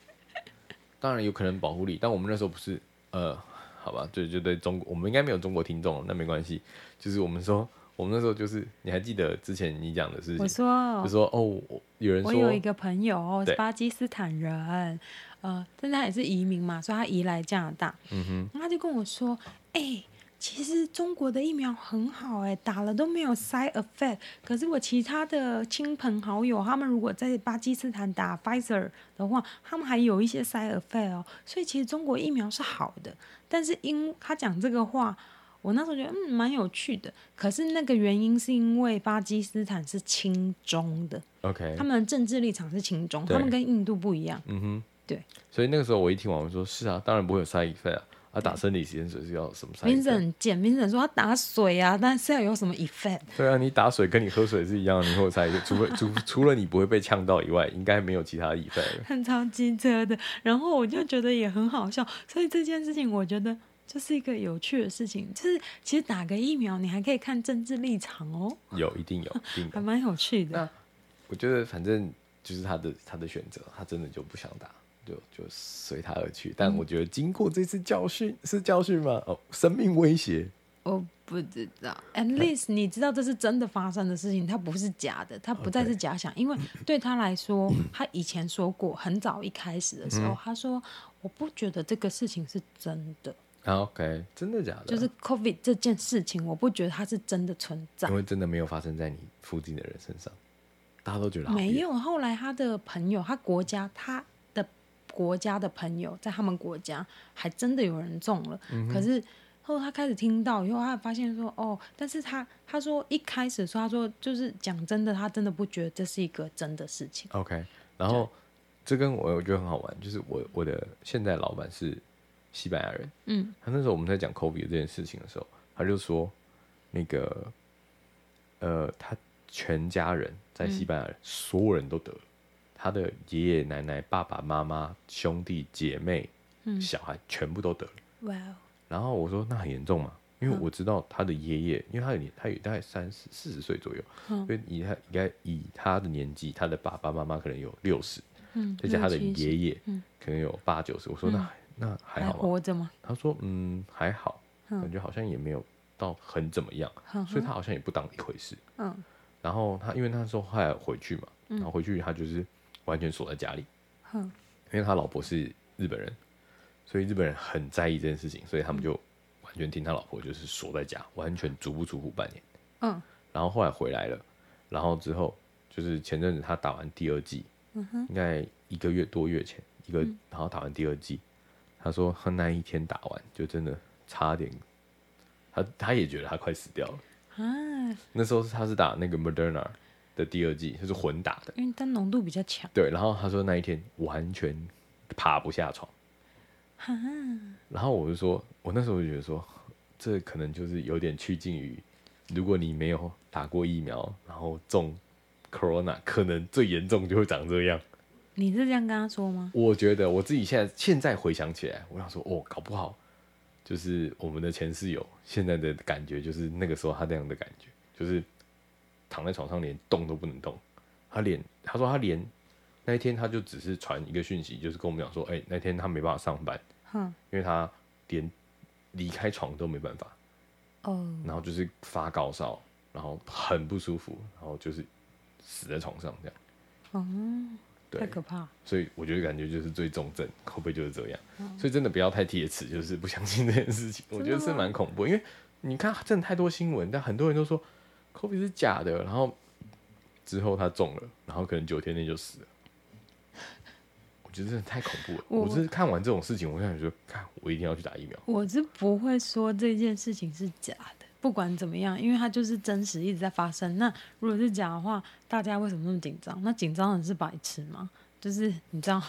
A: 当然有可能保护力，但我们那时候不是呃，好吧，就就对中国，我们应该没有中国听众，那没关系。就是我们说，我们那时候就是，你还记得之前你讲的事
B: 我
A: 情，
B: 说
A: 就，说哦，我有人
B: 我有一
A: 说
B: 个朋友
A: 对
B: 是巴基斯坦人，呃，但他也是移民嘛，所以他移来加拿大。嗯哼，然后他就跟我说，哎、其实中国的疫苗很好、哎，打了都没有 side effect。可是我其他的亲朋好友，他们如果在巴基斯坦打 Pfizer 的话，他们还有一些 side effect 哦。所以其实中国疫苗是好的，但是因他讲这个话。我那时候觉得嗯蛮有趣的，可是那个原因是因为巴基斯坦是亲中的，
A: OK，
B: 他们的政治立场是亲中，
A: 对
B: 他们跟印度不一样。
A: 嗯哼，
B: 对。
A: 所以那个时候我一听完，我说是啊，当然不会有 side effect 啊，啊打生理盐水是要什么 side effect？
B: Vincent 见 Vincent 说他打水啊，但是要有什么 effect？ <laughs>
A: 对啊，你打水跟你喝水是一样的，你会有 side effect，除非 <laughs> 除除了你不会被呛到以外，应该没有其他 effect 了。
B: 很超机车的，然后我就觉得也很好笑，所以这件事情我觉得就是一个有趣的事情，就是其实打个疫苗你还可以看政治立场哦，
A: 有，一定有，
B: <laughs>
A: 一定
B: 还
A: 有。
B: 蛮有趣的。
A: 那我觉得反正就是他的他的选择，他真的就不想打，就就随他而去。但我觉得经过这次教训是教训吗？哦，生命威胁，
B: 我不知道，at least 你知道这是真的发生的事情，它不是假的，它不再是假想因为对他来说，他以前说过，很早一开始的时
A: 嗯
B: 候，他说我不觉得这个事情是真的，
A: 啊，OK，真的假的？
B: 就是 COVID 这件事情，我不觉得它是真的存在
A: 因。为真的没有发生在你附近的人身上，大家都觉得好
B: 没
A: 远，
B: 有，后来他的朋友，他国家他的国家的朋友，在他们国家还真的有人中了，
A: 嗯
B: 可是。后来他开始听到以后，他发现说哦，但是他他说一开始说他说就是讲真的，他真的不觉得这是一个真的事情。
A: OK，然后这跟我我觉得很好玩，就是我我的现在老板是西班牙人，
B: 嗯，
A: 他那时候我们在讲 Kobe 这件事情的时候，他就说那个呃，他全家人在西班牙人，所有人都得了，他的爷爷奶奶、爸爸妈妈、
B: 嗯
A: 兄弟姐妹、小孩全部都得了。
B: 哇、哦，
A: 然后我说那很严重吗？
B: 嗯
A: 因为我知道他的爷爷，因为他有年，他有大概三十四十岁左右，
B: 嗯
A: 所以以他应该以他的年纪，他的爸爸妈妈可能有六十，
B: 嗯，
A: 再加他的
B: 六七十嗯
A: 爷爷，可能有八九十。我说那还那还
B: 还
A: 好吗？
B: 活着吗？
A: 他说嗯还好，感觉好像也没有到很怎么样，所以他好像也不当一回事。
B: 嗯
A: 然后他因为那时候后来回去嘛，然后回去他就是完全锁在家里，
B: 嗯
A: 因为他老婆是日本人，所以日本人很在意这件事情，所以他们就完全听他老婆就是锁在家，完全足不足户半年。
B: 嗯
A: 然后后来回来了，然后之后就是前阵子他打完第二季，
B: 嗯
A: 应该一个月多月前一个，然后打完第二季，他说他那一天打完就真的差点，他他也觉得他快死掉了。
B: 啊，
A: 那时候是他是打那个 Moderna 的第二剂，就是混打的。
B: 因为它浓度比较强，
A: 对，然后他说那一天完全爬不下床，
B: 哈、
A: <laughs> 然后我就说，我那时候就觉得说，这可能就是有点趋近于，如果你没有打过疫苗，然后中 Corona，可能最严重就会长这样。
B: 你是这样跟他说吗？
A: 我觉得我自己现在现在回想起来，我想说，哦，搞不好就是我们的前室友现在的感觉，就是那个时候他那样的感觉，就是躺在床上连动都不能动。他连他说他连那一天他就只是传一个讯息，就是跟我们讲说，哎、那天他没办法上班，
B: 哼、
A: 因为他连离开床都没办法，
B: 哦，
A: 然后就是发高烧，然后很不舒服，然后就是死在床上这样。对
B: 太可怕了，
A: 所以我觉得感觉就是最重症，会不会就是这样？
B: 嗯
A: 所以真的不要太铁齿，就是不相信这件事情，我觉得是蛮恐怖。因为你看，真的太多新闻，但很多人都说 COVID 是假的，然后之后他中了，然后可能九天内就死了。我觉得真的太恐怖了。
B: 我
A: 我是看完这种事情，我就想说，看我一定要去打疫苗。
B: 我是不会说这件事情是假的，不管怎么样，因为它就是真实一直在发生。那如果是假的话，大家为什么那么紧张？那紧张的人是白痴吗？就是你知道，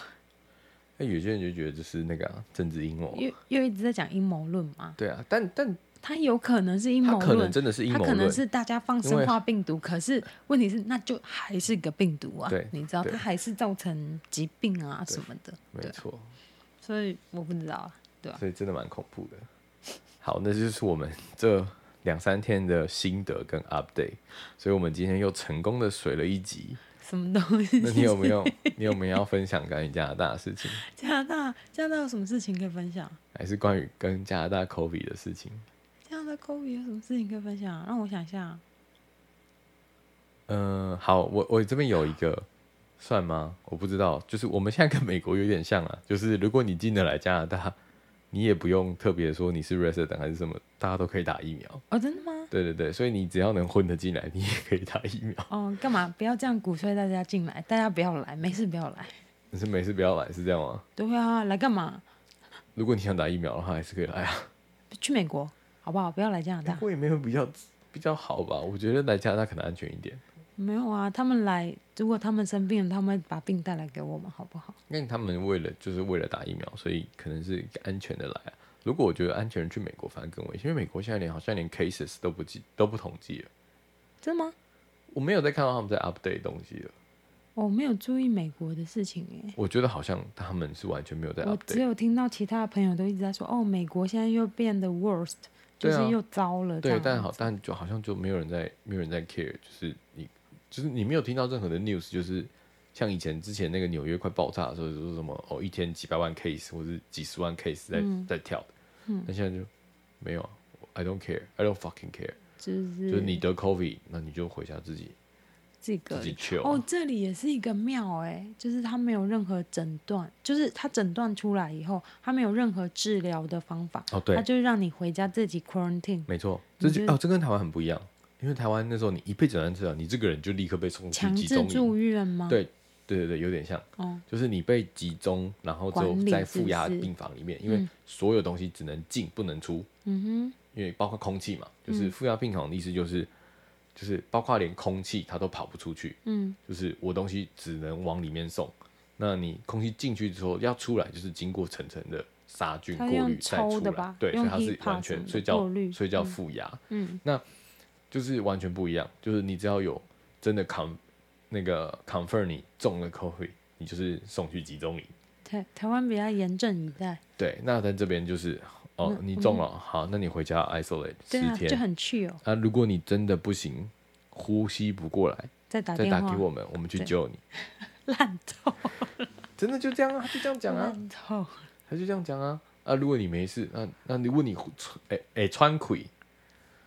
A: 那有些人就觉得这是那个啊、政治阴谋啊，
B: 又又一直在讲阴谋论嘛，
A: 对啊，但但
B: 它有可能是阴
A: 他
B: 谋
A: 可能
B: 论。
A: 真的是阴
B: 它
A: 谋
B: 可能
A: 论，
B: 是大家放
A: 因为
B: 生化病毒，可是问题是，那就还是个病毒啊
A: 对，
B: 你知道，
A: 对
B: 它还是造成疾病啊什么的，
A: 没
B: 对啊，
A: 错。
B: 所以我不知道啊，对吧、
A: 所以真的蛮恐怖的。好，那就是我们这两三天的心得跟 update，所以我们今天又成功的水了一集。
B: 什么东西？ <laughs>
A: 那你有没有你有没有要分享关于加拿大的事情，
B: 加拿大，加拿大有什么事情可以分享？
A: 还是关于跟加拿大 COVID 的事情？
B: 加拿大 COVID 有什么事情可以分享啊？让我想一下啊，
A: 嗯、好，我我这边有一个，算吗？我不知道，就是我们现在跟美国有点像啊，就是如果你进得来加拿大，你也不用特别说你是 resident 还是什么，大家都可以打疫苗。
B: 哦，真的吗？
A: 对对对，所以你只要能混得进来，你也可以打疫苗。
B: 哦，干嘛？不要这样鼓吹大家进来，大家不要来，没事不要来。
A: 你是没事不要来，是这样吗？
B: <laughs> 对啊，来干嘛？
A: 如果你想打疫苗的话，还是可以来啊。
B: 去美国好不好？不要来加拿
A: 美
B: 大。
A: 国也没有比较比较好吧？我觉得来加拿大可能安全一点，
B: 没有啊，他们来，如果他们生病了，他们会把病带来给我们，好不好？
A: 因为他们为了就是为了打疫苗，所以可能是安全的来啊。如果我觉得安全人去美国反而更危险，因为美国现在连好像连 cases 都不记都不统计了，
B: 真的吗？
A: 我没有再看到他们在 update 东西了。
B: 我没有注意美国的事情诶、
A: 我觉得好像他们是完全没有在
B: 我只
A: update。
B: 有听到其他的朋友都一直在说，哦，美国现在又变得 worst，就
A: 对啊
B: 是又糟了。这
A: 对
B: 样，
A: 但好，但就好像就没有人在，没有人在 care，就是你，就是你没有听到任何的 news，就是像以前之前那个纽约快爆炸的时候，就说什么哦一天几百万 case 或是几十万 case 在、
B: 嗯
A: 在跳的，但现在就没有啊，I don't care，I don't fucking care，、
B: 就是
A: 就是你得 covid，那你就回家自己
B: 这个
A: 自己 chill，、
B: 哦，这里也是一个庙哎、就是他没有任何诊断，就是他诊断出来以后，他没有任何治疗的方法，
A: 哦对
B: 他，就让你回家自己 quarantine
A: 没错，这就
B: 你就
A: 哦这跟台湾很不一样，因为台湾那时候你一被诊断治疗，你这个人就立刻被送去
B: 强
A: 集
B: 制
A: 中营，
B: 住院吗？
A: 对对对对，有点像。
B: 哦，
A: 就是你被集中，然后之后
B: 管理
A: 在
B: 是不
A: 负压
B: 是
A: 病房里面，因为所有东西只能进不能出，
B: 嗯
A: 因为包括空气嘛，就是负压病房的意思就是，就是包括连空气它都跑不出去，
B: 哼，嗯，
A: 就是我东西只能往里面送。那你空气进去之后要出来，就是经过层层的杀菌
B: 它
A: 过
B: 是用
A: 滤再出
B: 抽的
A: 来
B: 吧，
A: 对，所
B: 用
A: 以它是
B: HEPA
A: 完
B: 什
A: 全
B: 么
A: 所以
B: 的
A: 叫
B: 过滤
A: 所以叫
B: 嗯
A: 负压，
B: 嗯，
A: 那就是完全不一样，就是你只要有真的 con 那个 confirm 你中了 COVID，你就是送去集中营。
B: 台台湾比较严阵以待，
A: 对，那在这边就是哦、哦，你中了，好，那你回家 isolate 十
B: 对啊，就
A: 天。
B: 很去哦，
A: 啊，如果你真的不行，呼吸不过来，
B: 再打
A: 再
B: 电
A: 打
B: 话
A: 给我们，我们去
B: 对
A: 救你。
B: 烂透
A: 真的就这样啊，他就这样讲啊，
B: 烂透，
A: 他就这样讲啊。啊，如果你没事，那那如果你哎哎穿溃，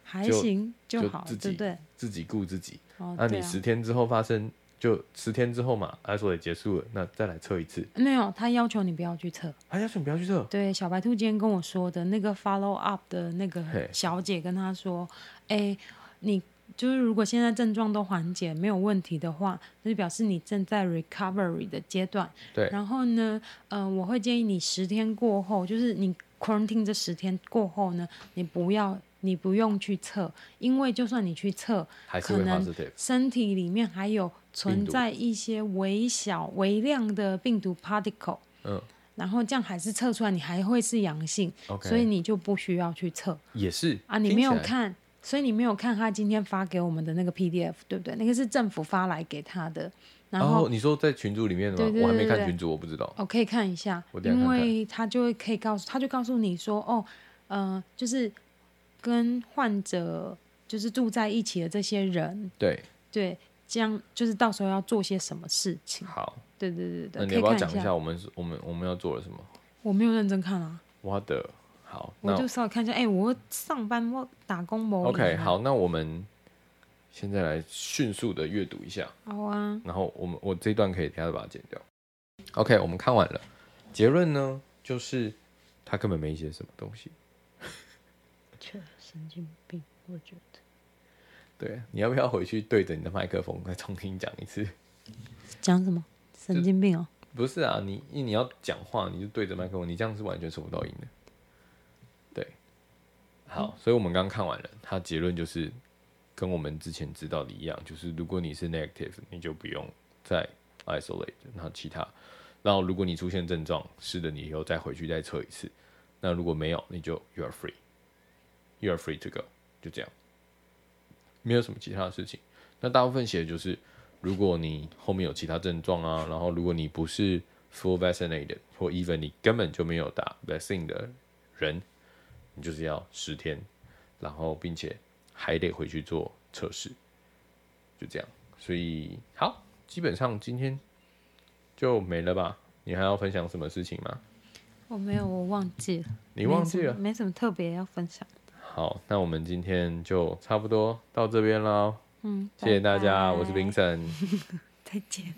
B: 还
A: 就
B: 行就
A: 就
B: 好，
A: 自己
B: 对不对？
A: 自己顾自己。
B: 哦，
A: 那
B: 对
A: 你
B: 啊
A: 十天之后发生，就十天之后嘛，isolate 结束了，那再来测一次。
B: 没有，他要求你不要去测。
A: 啊，要求你不要去测，
B: 对，小白兔今天跟我说的那个 follow up 的那个
A: 嘿
B: 小姐跟他说，哎、你就是如果现在症状都缓解没有问题的话，那就表示你正在 recovery 的阶段。
A: 对
B: 然后呢，呃，我会建议你十天过后，就是你 quarantine 这十天过后呢，你不要。你不用去测，因为就算你去测，
A: 还是
B: 可
A: 会
B: 能
A: positive。
B: 身体里面还有存
A: 病毒
B: 在一些微小、微量的病毒 particle，
A: 嗯
B: 然后这样还是测出来，你还会是阳性，
A: ，OK，
B: 所以你就不需要去测
A: 也是
B: 啊。你
A: 听
B: 没
A: 起
B: 有
A: 来
B: 看，所以你没有看他今天发给我们的那个 PDF，对不对？那个是政府发来给他的，然后
A: 哦，你说在群组里面的吗？
B: 对对
A: 我还没
B: 对
A: 看
B: 对
A: 群组，我不知道。
B: 我可以看一下，
A: 我等一下
B: 因
A: 看看
B: 为他就会可以告诉，他就告诉你说，哦，呃，就是跟患者就是住在一起的这些人，
A: 对，
B: 对，这样就是到时候要做些什么事情，
A: 好，
B: 对对对
A: 那
B: 对，
A: 你
B: 可
A: 要
B: 以
A: 不要
B: 看
A: 讲
B: 下。
A: 下我们是我们我们要做了什么？
B: 我没有认真看啊，
A: 我的好，
B: 我
A: 那
B: 就稍微看一下，哎、我上班我打工某啊
A: OK，好，那我们现在来迅速的阅读一下，
B: 好啊，
A: 然后我们我这一段可以等一下把它剪掉。OK，我们看完了，结论呢就是他根本没写什么东西。
B: 确神经病，我觉得
A: 对，你要不要回去对着你的麦克风再重新讲一次？
B: 讲什么神经病哦、
A: 不是啊，你你要讲话，你就对着麦克风，你这样是完全收不到音的。对，好，所以我们刚刚看完了，它结论就是跟我们之前知道的一样，就是如果你是 negative，你就不用再 isolate，那其他，然后如果你出现症状，是的，你以后再回去再测一次，那如果没有，你就 you are free，you are free to go，就这样，没有什么其他的事情。那大部分写的就是如果你后面有其他症状啊，然后如果你不是 full vaccinated 或 even 你根本就没有打 vaccine 的人，你就是要十天，然后并且还得回去做测试，就这样。所以好，基本上今天就没了吧？你还要分享什么事情吗？
B: 我哦没有，我忘记了，
A: 你忘记
B: 没什
A: 了
B: 么？没什么特别要分享，
A: 好，那我们今天就差不多到这边喽。
B: 嗯，
A: 谢谢大家，
B: 拜拜
A: 我是林，森。
B: 再见。